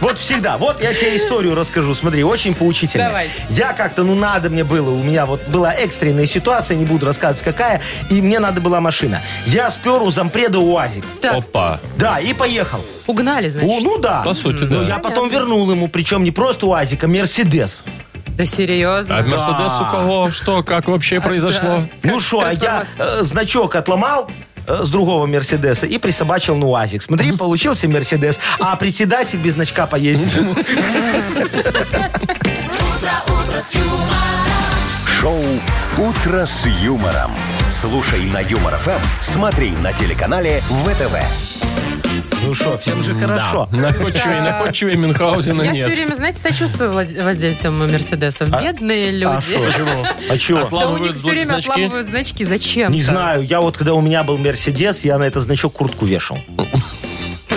Speaker 4: Вот всегда. Вот я тебе историю расскажу. Смотри, очень поучительно.
Speaker 3: Давайте.
Speaker 4: Я как-то, ну надо мне было, у меня вот была экстренная ситуация, не буду рассказывать какая, и мне надо была машина. Я спер у зампреда УАЗик.
Speaker 3: Так,
Speaker 2: Опа.
Speaker 4: Да, и поехал.
Speaker 3: угнали, значит.
Speaker 4: О, ну да.
Speaker 2: По сути,
Speaker 4: Но
Speaker 2: да.
Speaker 4: я потом вернул ему, причем не просто УАЗик, а Мерседес.
Speaker 3: Да серьезно?
Speaker 2: А Мерседес у кого? Что? Как вообще произошло?
Speaker 4: Ну что, а я э, значок отломал э, с другого Мерседеса и присобачил на УАЗик. Смотри, получился Мерседес, а председатель без значка поездит.
Speaker 1: Шоу Утро с юмором. Слушай на Юмор ФМ, смотри на телеканале ВТВ.
Speaker 4: Ну что, всем же хорошо.
Speaker 2: Находчивее, находчивее Мюнхгаузена
Speaker 3: Я все
Speaker 2: нет.
Speaker 3: время, знаете, сочувствую владе- владельцам Мерседесов. Бедные
Speaker 4: А
Speaker 3: люди.
Speaker 4: что? А чего?
Speaker 3: Да у них
Speaker 2: Отламывают
Speaker 3: все время
Speaker 2: значки.
Speaker 3: отламывают значки. Зачем?
Speaker 4: Не знаю, я вот когда у меня был Мерседес, я на этот значок куртку вешал.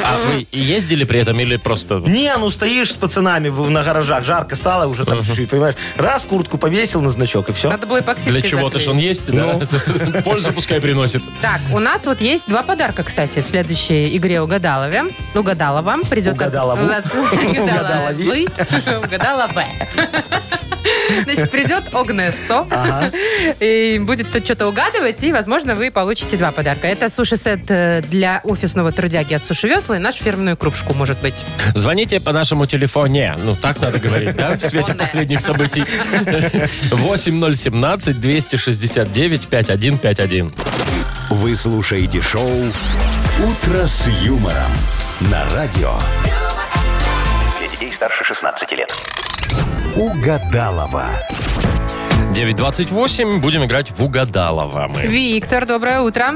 Speaker 2: А вы и ездили при этом или просто...
Speaker 4: Не, ну стоишь с пацанами в- на гаражах, жарко стало уже там чуть-чуть, понимаешь? Раз куртку повесил на значок и все.
Speaker 3: Надо было
Speaker 2: Для
Speaker 3: эпоксидкой
Speaker 2: чего-то ж он
Speaker 3: заклеить.
Speaker 2: есть, да?
Speaker 3: Ну.
Speaker 2: Пользу пускай приносит.
Speaker 3: Так, у нас вот есть два подарка, кстати, в следующей игре угадалове. Угадала вам придет... от-
Speaker 4: Угадалову.
Speaker 3: от- Угадала вы.
Speaker 4: Угадалови.
Speaker 3: Угадала Б. Значит, придет Огнессо. И будет тут что-то угадывать, и, возможно, вы получите два подарка. Это суши-сет э, для офисного трудяги от Суши Весла и нашу фирменную кружку, может быть.
Speaker 2: Звоните по нашему телефоне. Ну, так надо говорить, да, в свете последних событий. 8017-269-5151.
Speaker 1: Вы слушаете шоу Утро с юмором на радио.
Speaker 6: Для детей старше 16 лет.
Speaker 1: Угадалова.
Speaker 2: 9.28. Будем играть в угадалово мы.
Speaker 3: Виктор, доброе утро.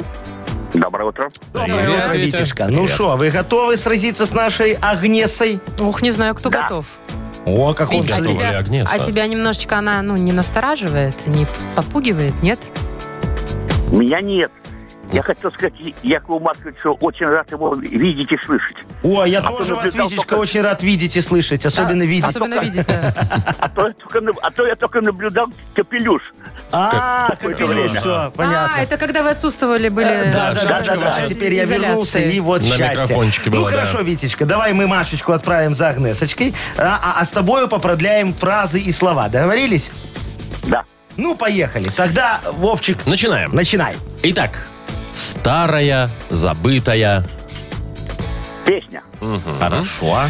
Speaker 5: Доброе утро.
Speaker 4: Доброе
Speaker 2: Привет,
Speaker 4: утро,
Speaker 2: Витя.
Speaker 4: Витечка. Ну что, вы готовы сразиться с нашей Агнесой?
Speaker 3: Ух, не знаю, кто готов.
Speaker 4: О, как он
Speaker 3: Вить, а
Speaker 2: готов.
Speaker 4: готов.
Speaker 2: Или
Speaker 3: тебя,
Speaker 2: Агнеса.
Speaker 3: а тебя немножечко она, ну, не настораживает, не попугивает, нет?
Speaker 5: Меня нет. Я хотел сказать Я- Якову Марковичу, очень рад его видеть и слышать.
Speaker 4: О, я
Speaker 5: А
Speaker 4: тоже
Speaker 5: ты
Speaker 4: вас,
Speaker 5: наблюдал
Speaker 4: Витечка,
Speaker 5: только-
Speaker 4: очень рад видеть и слышать. Особенно
Speaker 3: А,
Speaker 4: видеть.
Speaker 3: Особенно видит. да.
Speaker 5: А то я только, на- а то я только наблюдал Капелюш.
Speaker 4: А, как
Speaker 5: время.
Speaker 4: все,
Speaker 3: А,
Speaker 4: понятно. Э,
Speaker 3: это когда вы отсутствовали были. э,
Speaker 4: Да, да, да, да,
Speaker 2: Шапочка
Speaker 4: да. а
Speaker 2: ваша.
Speaker 4: Теперь я
Speaker 3: Изоляции.
Speaker 4: вернулся, и вот
Speaker 2: На
Speaker 4: счастье.
Speaker 2: микрофончике
Speaker 4: ну
Speaker 2: было, да.
Speaker 4: хорошо, Витечка, давай мы Машечку отправим за Агнесочкой, а, а- а с тобою попродляем фразы и слова. Договорились?
Speaker 5: Да.
Speaker 4: Ну, поехали. Тогда, Вовчик,
Speaker 2: Начинаем.
Speaker 4: начинай.
Speaker 2: Итак, старая, забытая,
Speaker 5: Песня.
Speaker 4: Хорошо.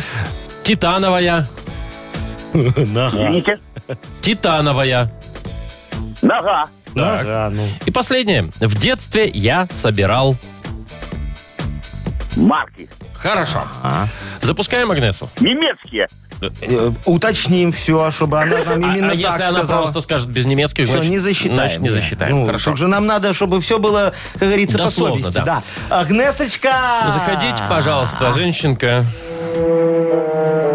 Speaker 2: титановая,
Speaker 4: Нога.
Speaker 5: Извините.
Speaker 2: титановая.
Speaker 5: Нога.
Speaker 4: Нога, ну.
Speaker 2: И последнее. В детстве я собирал...
Speaker 5: Марки.
Speaker 2: Хорошо. Запускаем Агнесу.
Speaker 5: Немецкие.
Speaker 4: а? Э, Уточним все, чтобы она нам
Speaker 2: А-
Speaker 4: именно
Speaker 2: а
Speaker 4: так
Speaker 2: если
Speaker 4: сказала.
Speaker 2: она просто скажет без немецких,
Speaker 4: Все,
Speaker 2: значит,
Speaker 4: не засчитаем.
Speaker 2: значит, не
Speaker 4: да.
Speaker 2: засчитаем.
Speaker 4: Ну,
Speaker 2: Хорошо.
Speaker 4: так же нам надо, чтобы все было, как говорится,
Speaker 2: Дословно,
Speaker 4: по совести.
Speaker 2: да.
Speaker 4: Да. Агнесочка!
Speaker 2: Заходите, пожалуйста, женщинка.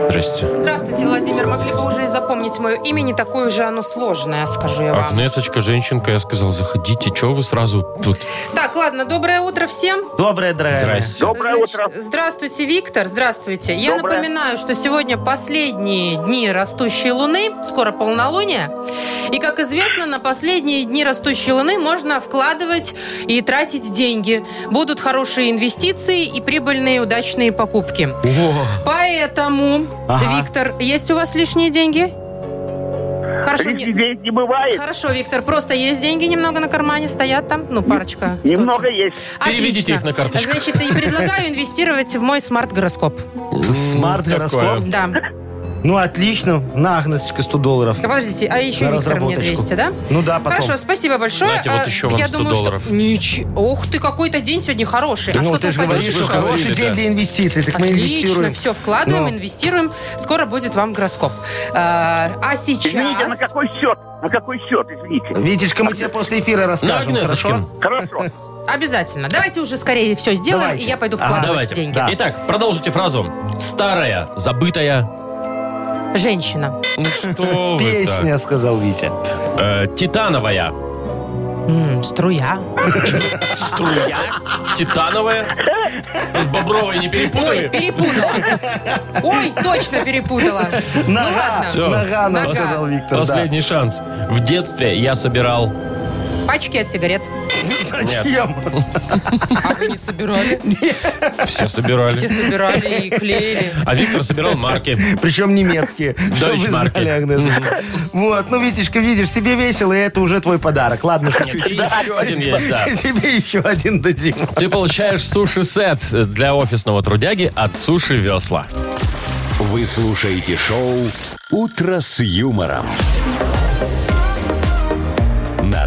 Speaker 2: Здрасте.
Speaker 3: Здравствуйте, Владимир. Могли бы уже и запомнить мое имя, не такое же оно сложное, скажу я вам.
Speaker 2: Агнесочка, женщинка, я сказал, заходите. Чего вы сразу тут?
Speaker 3: Так, ладно, доброе утро всем.
Speaker 4: Доброе, дорогая. моя.
Speaker 2: Здрасте.
Speaker 5: Доброе
Speaker 3: Значит,
Speaker 5: утро.
Speaker 3: Здравствуйте, Виктор. Здравствуйте. Я
Speaker 5: Доброе.
Speaker 3: напоминаю, что сегодня последние дни растущей луны, скоро полнолуние. И, как известно, на последние дни растущей луны можно вкладывать и тратить деньги. Будут хорошие инвестиции и прибыльные удачные покупки.
Speaker 4: Во.
Speaker 3: Поэтому,
Speaker 4: Ага.
Speaker 3: Виктор, есть у вас лишние деньги? Хорошо, не-
Speaker 5: Лишних денег не бывает.
Speaker 3: Хорошо, Виктор, просто есть деньги немного на кармане, стоят там, ну, парочка.
Speaker 5: Немного
Speaker 3: сотен.
Speaker 5: есть.
Speaker 2: Переведите их на карточку.
Speaker 3: Значит, и предлагаю инвестировать в мой смарт-гороскоп.
Speaker 4: Смарт-гороскоп.
Speaker 2: Такое.
Speaker 3: Да.
Speaker 4: Ну, отлично. На, Агнесочка, 100 долларов.
Speaker 3: Да, Подождите, а еще Виктор
Speaker 4: На
Speaker 3: мне
Speaker 4: разработочку.
Speaker 3: 200, да?
Speaker 4: Ну да, потом.
Speaker 3: Хорошо, спасибо большое.
Speaker 2: Знаете, вот
Speaker 3: А,
Speaker 2: еще вам
Speaker 3: я
Speaker 2: 100
Speaker 3: думаю,
Speaker 2: долларов.
Speaker 3: Что... Ничего. Ух ты, какой-то день сегодня хороший. а
Speaker 4: ну,
Speaker 3: что
Speaker 4: ты
Speaker 3: там
Speaker 4: же
Speaker 3: пойдёт?
Speaker 4: говоришь, что
Speaker 2: Вы же говорили,
Speaker 4: хороший
Speaker 2: да.
Speaker 4: день для инвестиций. Так мы
Speaker 3: Отлично,
Speaker 4: инвестируем.
Speaker 3: все, вкладываем,
Speaker 4: Ну.
Speaker 3: инвестируем. Скоро будет вам гороскоп. А, а сейчас...
Speaker 5: Извините, на какой счет? На какой счет, извините?
Speaker 4: Витечка, мы тебе после эфира
Speaker 2: На
Speaker 4: расскажем,
Speaker 2: Агнесочкин.
Speaker 4: хорошо?
Speaker 5: Хорошо.
Speaker 3: Обязательно. Давайте уже скорее все сделаем,
Speaker 4: Давайте.
Speaker 3: и я пойду
Speaker 4: Ага.
Speaker 3: вкладывать
Speaker 2: Давайте.
Speaker 3: деньги.
Speaker 4: Да.
Speaker 2: Итак, продолжите фразу. Старая, забытая.
Speaker 3: Женщина.
Speaker 2: Ну что вы
Speaker 4: Песня, сказал Витя.
Speaker 2: так? Э, Титановая.
Speaker 3: М, струя.
Speaker 2: Струя. Титановая. С бобровой не
Speaker 3: Ой,
Speaker 2: перепутали?
Speaker 3: перепутала. Ой, точно перепутала. Ну
Speaker 4: Нога,
Speaker 2: Всё.
Speaker 3: ладно.
Speaker 4: нога, нам
Speaker 3: Нога.
Speaker 4: сказал Виктор. да.
Speaker 2: Последний шанс. В детстве я собирал...
Speaker 3: Пачки от сигарет.
Speaker 4: Зачем?
Speaker 3: А вы не собирали?
Speaker 2: Все собирали.
Speaker 3: Все собирали и клеили.
Speaker 2: А Виктор собирал марки.
Speaker 4: Причем немецкие. Чтобы вы
Speaker 2: Deutschmarken.
Speaker 4: знали, Агнесочка. Вот, ну, Витечка, видишь, тебе весело, и это уже твой подарок. Ладно, шучу.
Speaker 2: Нет, еще один есть, да.
Speaker 4: Тебе еще один дадим.
Speaker 2: Ты получаешь суши-сет для офисного трудяги от Суши Весла.
Speaker 1: Вы слушаете шоу «Утро с юмором». На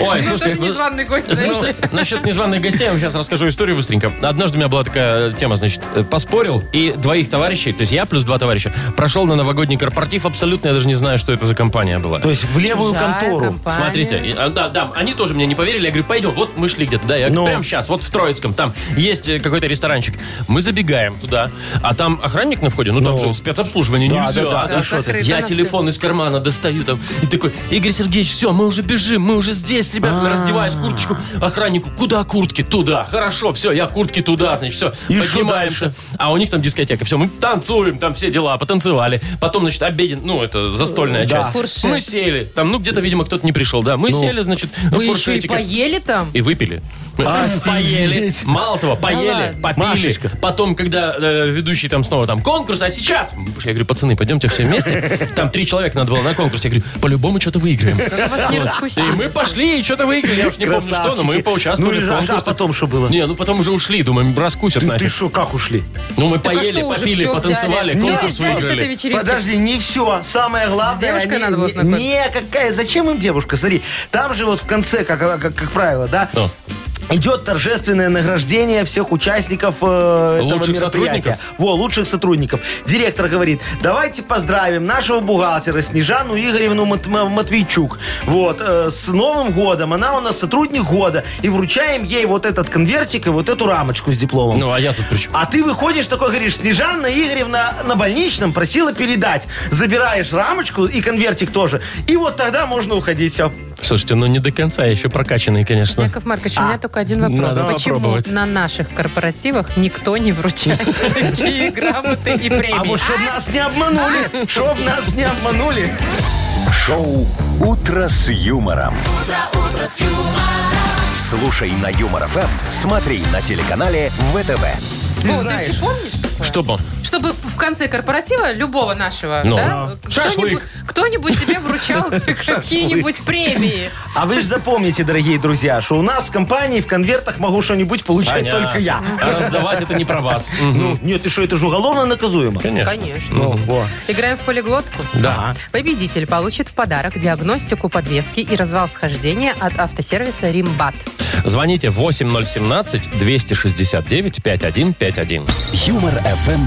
Speaker 2: Ой,
Speaker 3: Ну,
Speaker 2: слушайте,
Speaker 3: тоже
Speaker 2: ну,
Speaker 3: незваный гость, знаешь
Speaker 2: Знаешь,
Speaker 3: ли.
Speaker 2: насчет незваных гостей я вам сейчас расскажу историю быстренько. Однажды у меня была такая тема, значит, э, поспорил, и двоих товарищей, то есть я плюс два товарища, прошел на новогодний корпоратив абсолютно, я даже не знаю, что это за компания была.
Speaker 4: То есть в левую
Speaker 3: Чужая
Speaker 4: контору.
Speaker 3: компания.
Speaker 2: Смотрите, и- а, да, да, они тоже мне не поверили. Я говорю, пойдем, вот мы шли где-то, да, я говорю,
Speaker 4: Ну.
Speaker 2: прямо сейчас, вот в Троицком, там есть э, какой-то ресторанчик. Мы забегаем туда, а там охранник на входе, ну, там
Speaker 4: Ну.
Speaker 2: же спецобслуживание
Speaker 4: Да,
Speaker 2: нельзя.
Speaker 4: да, да,
Speaker 3: да, что ты. Ну, закрыто,
Speaker 2: Я
Speaker 3: надо
Speaker 2: телефон из кармана достаю там, и такой, Игорь Сергеевич, все, мы уже бежим, мы уже здесь, ребята, раздеваешь курточку охраннику, куда куртки? Туда, хорошо, все, я куртки туда, значит, все,
Speaker 4: И что
Speaker 2: поднимаемся.
Speaker 4: дальше?
Speaker 2: А у них там дискотека, все, мы танцуем, там все дела, потанцевали. Потом, значит, обеден, ну, это застольная
Speaker 4: Да. Ну,
Speaker 2: часть.
Speaker 3: Фуршет.
Speaker 2: Мы сели. Там, ну, где-то, видимо, кто-то не пришел, да. Мы сели, значит, в
Speaker 3: Вы еще и
Speaker 2: фуршетике.
Speaker 3: поели там?
Speaker 2: И выпили. Поели. Мало того, поели,
Speaker 3: ладно.
Speaker 2: попили. Потом, когда э, ведущий там снова там конкурс, а сейчас... Я говорю, пацаны, пойдемте все вместе. Там три человека надо было на конкурс. Я говорю, по-любому что-то выиграем.
Speaker 3: Вас не
Speaker 2: Вот.
Speaker 3: раскусили.
Speaker 2: И мы пошли, и что-то выиграли. Я уж не помню что, но мы
Speaker 4: Красавчики.
Speaker 2: поучаствовали
Speaker 4: Ну и
Speaker 2: в
Speaker 4: а- а
Speaker 2: конкурсе.
Speaker 4: потом что было?
Speaker 2: Не, ну потом уже ушли, думаем, раскусят
Speaker 4: Ты- Ты
Speaker 2: нафиг.
Speaker 4: что, как ушли?
Speaker 2: Ну мы
Speaker 3: Так а
Speaker 2: поели,
Speaker 3: что уже,
Speaker 2: попили,
Speaker 3: всё
Speaker 2: потанцевали,
Speaker 3: взяли? Всё
Speaker 2: конкурс
Speaker 3: взяли с этой
Speaker 2: выиграли.
Speaker 3: вечеринки.
Speaker 4: Подожди, не все. Самое главное...
Speaker 3: С девушкой
Speaker 4: они-
Speaker 3: надо было
Speaker 4: не-
Speaker 3: знакомиться.
Speaker 4: Не, какая, зачем им девушка? Смотри, там же вот в конце, как, как, как правило, да,
Speaker 2: Ну.
Speaker 4: идет торжественное награждение всех участников э, этого
Speaker 2: Лучших
Speaker 4: мероприятия.
Speaker 2: сотрудников?
Speaker 4: Во, лучших сотрудников. Директор говорит, давайте поздравим нашего бухгалтера Снежану Игоревну Мат- Ма- Матвейчук. Вот, э, с Новым годом. Она у нас сотрудник года. И вручаем ей вот этот конвертик и вот эту рамочку с дипломом.
Speaker 2: Ну а я тут при чем?
Speaker 4: А ты выходишь такой, говоришь, Снежанна Игоревна на больничном просила передать. Забираешь рамочку и конвертик тоже. И вот тогда можно уходить. Все.
Speaker 2: Слушайте, ну не до конца, еще прокачанные, конечно.
Speaker 3: Яков Маркович, у меня только один вопрос.
Speaker 2: А, Надо
Speaker 3: Почему
Speaker 2: попробовать.
Speaker 3: на наших корпоративах никто не вручает такие грамоты и
Speaker 4: А
Speaker 3: премии?
Speaker 4: вот чтоб нас не
Speaker 3: А?
Speaker 4: обманули, чтоб нас не обманули.
Speaker 1: Шоу «Утро с юмором». Слушай на Юмор ФМ, смотри на телеканале ВТВ.
Speaker 4: Ты
Speaker 3: О, ты
Speaker 4: знаешь.
Speaker 3: еще помнишь такое?
Speaker 2: Что бы?
Speaker 3: Чтобы в конце корпоратива любого нашего,
Speaker 2: Ну.
Speaker 3: да,
Speaker 2: Ну.
Speaker 3: кто-нибудь,
Speaker 2: Шашлык.
Speaker 3: кто-нибудь тебе вручал какие-нибудь премии.
Speaker 4: А вы же запомните, дорогие друзья, что у нас в компании в конвертах могу что-нибудь получать
Speaker 2: Понятно.
Speaker 4: только я.
Speaker 2: А раздавать это не про вас. Мгм.
Speaker 4: Ну, нет, ты что, это же уголовно наказуемо.
Speaker 2: Конечно.
Speaker 3: Конечно.
Speaker 4: Ну, во.
Speaker 3: Играем в полиглотку.
Speaker 2: Да.
Speaker 3: Победитель получит в подарок диагностику подвески и развал схождения от автосервиса «Римбат».
Speaker 2: Звоните 8017-269-5151.
Speaker 1: Юмор ФМ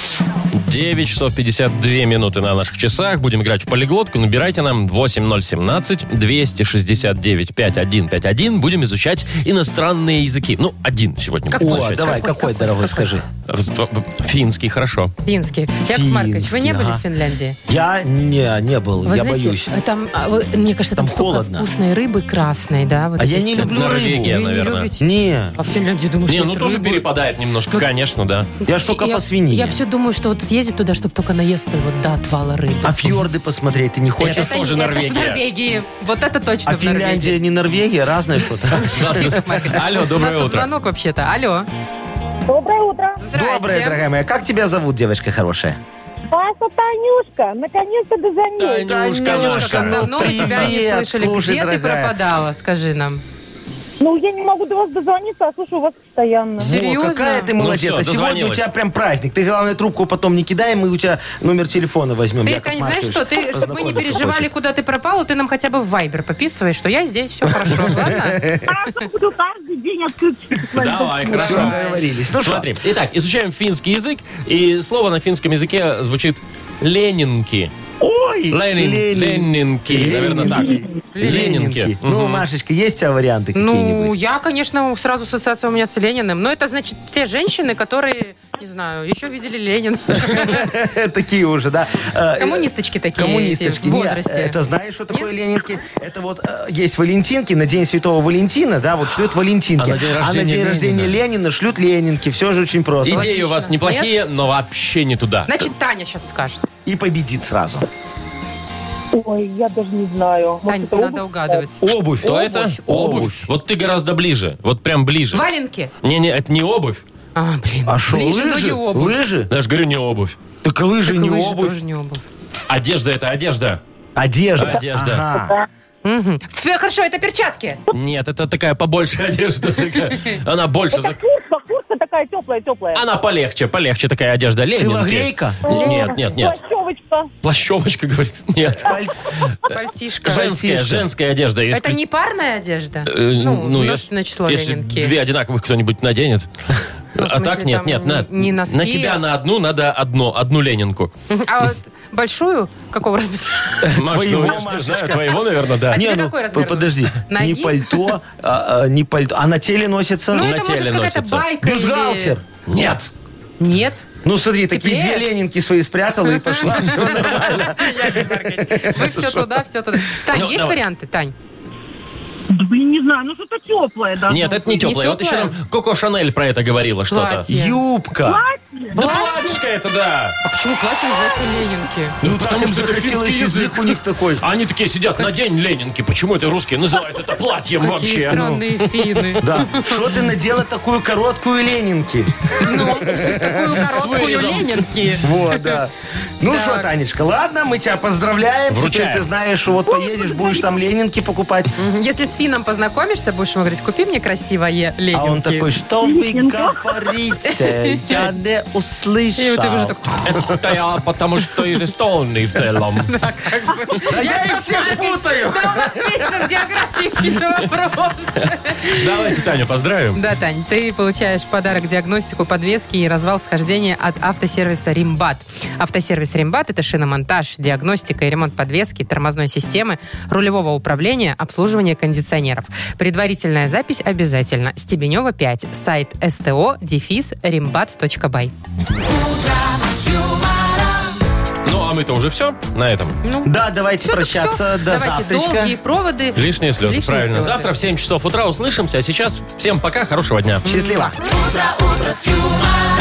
Speaker 2: 9 часов 52 минуты на наших часах. Будем играть в полиглотку. Набирайте нам 8017-269-5151. Будем изучать иностранные языки. Ну, один сегодня. будем
Speaker 4: О,
Speaker 2: изучать.
Speaker 4: давай, какой, дорогой, скажи.
Speaker 2: Финский, хорошо.
Speaker 3: Финский. Яков
Speaker 4: Финский,
Speaker 3: Маркович, вы не были
Speaker 4: ага.
Speaker 3: в Финляндии?
Speaker 4: Я не, не был,
Speaker 3: Вы
Speaker 4: я
Speaker 3: знаете,
Speaker 4: боюсь.
Speaker 3: э, Там, а, вы- мне кажется, там,
Speaker 4: Там
Speaker 3: столько
Speaker 4: холодно.
Speaker 3: вкусной рыбы красной, да? вот
Speaker 4: А я
Speaker 3: это
Speaker 4: не
Speaker 3: всё.
Speaker 4: люблю
Speaker 2: Норвегия,
Speaker 3: Вы не
Speaker 2: наверное.
Speaker 3: любите?
Speaker 4: Не,
Speaker 3: А в Финляндии думаешь,
Speaker 2: Не,
Speaker 3: нет
Speaker 2: ну тоже
Speaker 3: рыбы?
Speaker 2: перепадает немножко, конечно, да.
Speaker 4: я ж только
Speaker 3: Я-
Speaker 4: по свинине.
Speaker 3: Я все думаю, что вот съездить туда, чтобы только наесться вот до отвала рыбы.
Speaker 4: А фьорды посмотреть ты не хочешь?
Speaker 2: Это тоже
Speaker 3: не-
Speaker 2: Норвегия.
Speaker 3: Это в Норвегии. Вот это точно
Speaker 4: А
Speaker 3: в Норвегии.
Speaker 4: Финляндия не Норвегия, разное что-то.
Speaker 3: Яков Маркович.
Speaker 2: Алло,
Speaker 3: У нас
Speaker 2: доброе
Speaker 3: тут
Speaker 2: утро.
Speaker 3: звонок вообще-то. Алло.
Speaker 8: Доброе утро.
Speaker 3: Здрасте.
Speaker 4: Доброе, дорогая моя. Как тебя зовут, девочка хорошая?
Speaker 8: Вася Танюшка, наконец-то дозвонилась.
Speaker 2: Танюшка
Speaker 3: Танюшка,
Speaker 2: наша.
Speaker 3: Ну, как давно мы тебя не
Speaker 4: привет,
Speaker 3: слышали.
Speaker 4: Ну, слушай,
Speaker 3: Где ты
Speaker 4: дорогая.
Speaker 3: пропадала, скажи нам.
Speaker 8: Ну, я не могу до вас дозвониться, а слушаю вас постоянно.
Speaker 4: Во,
Speaker 3: Серьезно?
Speaker 4: какая ты
Speaker 2: Ну
Speaker 4: молодец.
Speaker 2: всё,
Speaker 4: а сегодня у
Speaker 2: дозвонилась.
Speaker 4: тебя прям праздник. Ты, главное, трубку потом не кидай, мы у тебя номер телефона возьмем.
Speaker 3: Ты,
Speaker 4: Ну, Яков
Speaker 3: конечно, знаешь
Speaker 4: Маркович
Speaker 3: что, ты, чтобы мы не
Speaker 4: познакомился
Speaker 3: переживали,
Speaker 4: хочет.
Speaker 3: куда ты пропала, ты нам хотя бы в Вайбер пописывай, что я здесь, все хорошо, ладно?
Speaker 8: Хорошо, буду каждый день отключиться.
Speaker 2: Давай, хорошо.
Speaker 4: Всё, договорились. Ну что,
Speaker 2: Смотри, итак, изучаем финский язык, и слово на финском языке звучит «ленинки».
Speaker 4: ой,
Speaker 2: Ленин- Ленинки, наверное, так. Ленинки.
Speaker 4: Ленинки. Ну,
Speaker 2: Мгм.
Speaker 4: Машечка, есть у тебя варианты
Speaker 3: Ну,
Speaker 4: какие-нибудь?
Speaker 3: я, конечно, сразу ассоциация у меня с Лениным, но это значит те женщины, которые, не знаю, еще видели Ленина.
Speaker 4: Такие уже, да. Э, э,
Speaker 3: Коммунисточки такие эти,
Speaker 4: Коммунисточки.
Speaker 3: в
Speaker 4: Не,
Speaker 3: возрасте.
Speaker 4: это знаешь, что такое Ленинки? Это вот э, есть Валентинки на День Святого Валентина, да, вот шлют Валентинки.
Speaker 2: А на день рождения
Speaker 4: день
Speaker 2: Ленина?
Speaker 4: рождения Ленина шлют Ленинки. Все же очень просто.
Speaker 2: Идеи у вас
Speaker 3: Отлично.
Speaker 2: неплохие, но вообще не туда.
Speaker 3: Значит, Таня сейчас скажет.
Speaker 4: И победит сразу.
Speaker 8: Ой, я даже не знаю.
Speaker 3: Тань,
Speaker 8: Может, это
Speaker 3: надо
Speaker 8: обувь?
Speaker 3: угадывать.
Speaker 4: Обувь.
Speaker 2: Кто это? Обувь. Вот ты гораздо ближе. Вот прям ближе.
Speaker 3: Валенки?
Speaker 2: Не-не, это не обувь.
Speaker 3: А, блин.
Speaker 4: А что,
Speaker 3: Ближе, но не
Speaker 4: лыжи?
Speaker 3: обувь.
Speaker 4: Лыжи?
Speaker 2: Я же говорю, не обувь.
Speaker 4: Так лыжи
Speaker 3: Так
Speaker 4: не
Speaker 3: лыжи
Speaker 4: обувь.
Speaker 3: тоже не обувь.
Speaker 2: Одежда это одежда.
Speaker 4: Одежда.
Speaker 2: Одежда.
Speaker 4: Ага.
Speaker 3: Мгм. Фе, Хорошо, это перчатки.
Speaker 2: Нет, это такая побольше одежда. такая. Она больше...
Speaker 8: Это
Speaker 2: зак-
Speaker 8: куртка, куртка такая теплая-теплая.
Speaker 2: Она полегче, полегче такая одежда. Легенькие.
Speaker 4: Телогрейка?
Speaker 2: Нет, нет, нет.
Speaker 8: Плащевочка.
Speaker 2: Плащевочка, говорит, нет.
Speaker 4: Паль-
Speaker 3: Пальтишка.
Speaker 2: Женская,
Speaker 4: Пальтишко.
Speaker 2: женская одежда. Если-
Speaker 3: Э, Это не парная одежда?
Speaker 2: Э,
Speaker 3: Ну,
Speaker 2: я-
Speaker 3: множественное число
Speaker 2: Если
Speaker 3: Ленинки.
Speaker 2: две одинаковых кто-нибудь наденет.
Speaker 3: Ну, в
Speaker 2: а
Speaker 3: смысле,
Speaker 2: так нет,
Speaker 3: там
Speaker 2: нет. На,
Speaker 3: не- не носки,
Speaker 2: на тебя
Speaker 3: а-
Speaker 2: на одну надо одно, одну Ленинку.
Speaker 3: А вот большую? Какого размера?
Speaker 2: Маш, ну,
Speaker 4: Твоего,
Speaker 2: я ж не знаю,
Speaker 4: Машечка.
Speaker 2: твоего, наверное, да.
Speaker 3: А тебе
Speaker 4: Не, ну,
Speaker 3: какой размер
Speaker 4: подожди.
Speaker 3: нужен?
Speaker 4: Не
Speaker 3: Ноги?
Speaker 4: пальто, а, а, не пальто. А на теле носится?
Speaker 3: Ну,
Speaker 2: на
Speaker 3: это может
Speaker 2: теле
Speaker 3: какая-то
Speaker 2: носится.
Speaker 3: байка. или-
Speaker 4: Бюстгальтер.
Speaker 2: Нет.
Speaker 3: Нет.
Speaker 4: Ну, смотри, такие
Speaker 3: Теплее?
Speaker 4: две Ленинки свои спрятала и пошла. Всё нормально.
Speaker 3: Яков Маркович, Вы все туда, все туда. Тань,
Speaker 2: Ну,
Speaker 3: есть
Speaker 2: давай.
Speaker 3: варианты, Тань?
Speaker 7: Да, блин, не знаю, ну что-то теплое, да.
Speaker 2: Нет, это не теплое. Вот еще
Speaker 3: теплое?
Speaker 2: там Коко Шанель про это говорила что-то.
Speaker 3: Платье.
Speaker 4: Юбка.
Speaker 2: Да платьишко это, да.
Speaker 3: А почему платье называется Ленинки?
Speaker 2: Ну,
Speaker 4: Ну,
Speaker 2: потому
Speaker 4: потому
Speaker 2: что
Speaker 4: что
Speaker 2: это
Speaker 4: захотелось
Speaker 2: финский язык.
Speaker 4: язык у них такой.
Speaker 2: А Они такие сидят на день Ленинки. Почему это русские называют это платьем
Speaker 3: Какие
Speaker 2: вообще?
Speaker 3: странные финны.
Speaker 4: ну. Да. Что ты надела такую короткую Ленинки?
Speaker 3: Ну, такую короткую
Speaker 2: вырезом.
Speaker 3: Ленинки.
Speaker 4: Вот, да. Ну что, Танечка, ладно, мы тебя поздравляем.
Speaker 2: Вручаем.
Speaker 4: Теперь ты знаешь, вот поедешь, будешь там Ленинки покупать.
Speaker 3: Мгм. Если с финном познакомишься, будешь ему говорить, купи мне красивое Ленинки.
Speaker 4: А он такой, что вы говорите? Я не
Speaker 3: И ты уже
Speaker 4: услышал.
Speaker 3: так...
Speaker 2: Это я Ну, потому что из Эстонии в целом.
Speaker 4: Да я их всех путаю.
Speaker 3: Да у вас вечно с географией какие-то вопросы.
Speaker 2: Давайте Таню поздравим.
Speaker 3: Да, Тань, ты получаешь в подарок диагностику подвески и развал схождения от автосервиса «Римбат». Автосервис «Римбат» — это шиномонтаж, диагностика и ремонт подвески, тормозной системы, рулевого управления, обслуживание кондиционеров. Предварительная запись обязательно. Стебенева, 5. Сайт sto дефис rimbat.by.
Speaker 2: Ну, а мы-то уже все на этом.
Speaker 3: Ну,
Speaker 4: Да, давайте
Speaker 3: всё так
Speaker 4: прощаться
Speaker 3: всё.
Speaker 4: до
Speaker 3: Давайте
Speaker 4: завтрачка.
Speaker 3: долгие проводы.
Speaker 2: Лишние слезы,
Speaker 3: Лишние
Speaker 2: правильно.
Speaker 3: слезы.
Speaker 2: Завтра в 7 часов утра услышимся, а сейчас всем пока, хорошего дня.
Speaker 4: Счастливо.
Speaker 9: Утро, утро с юмором.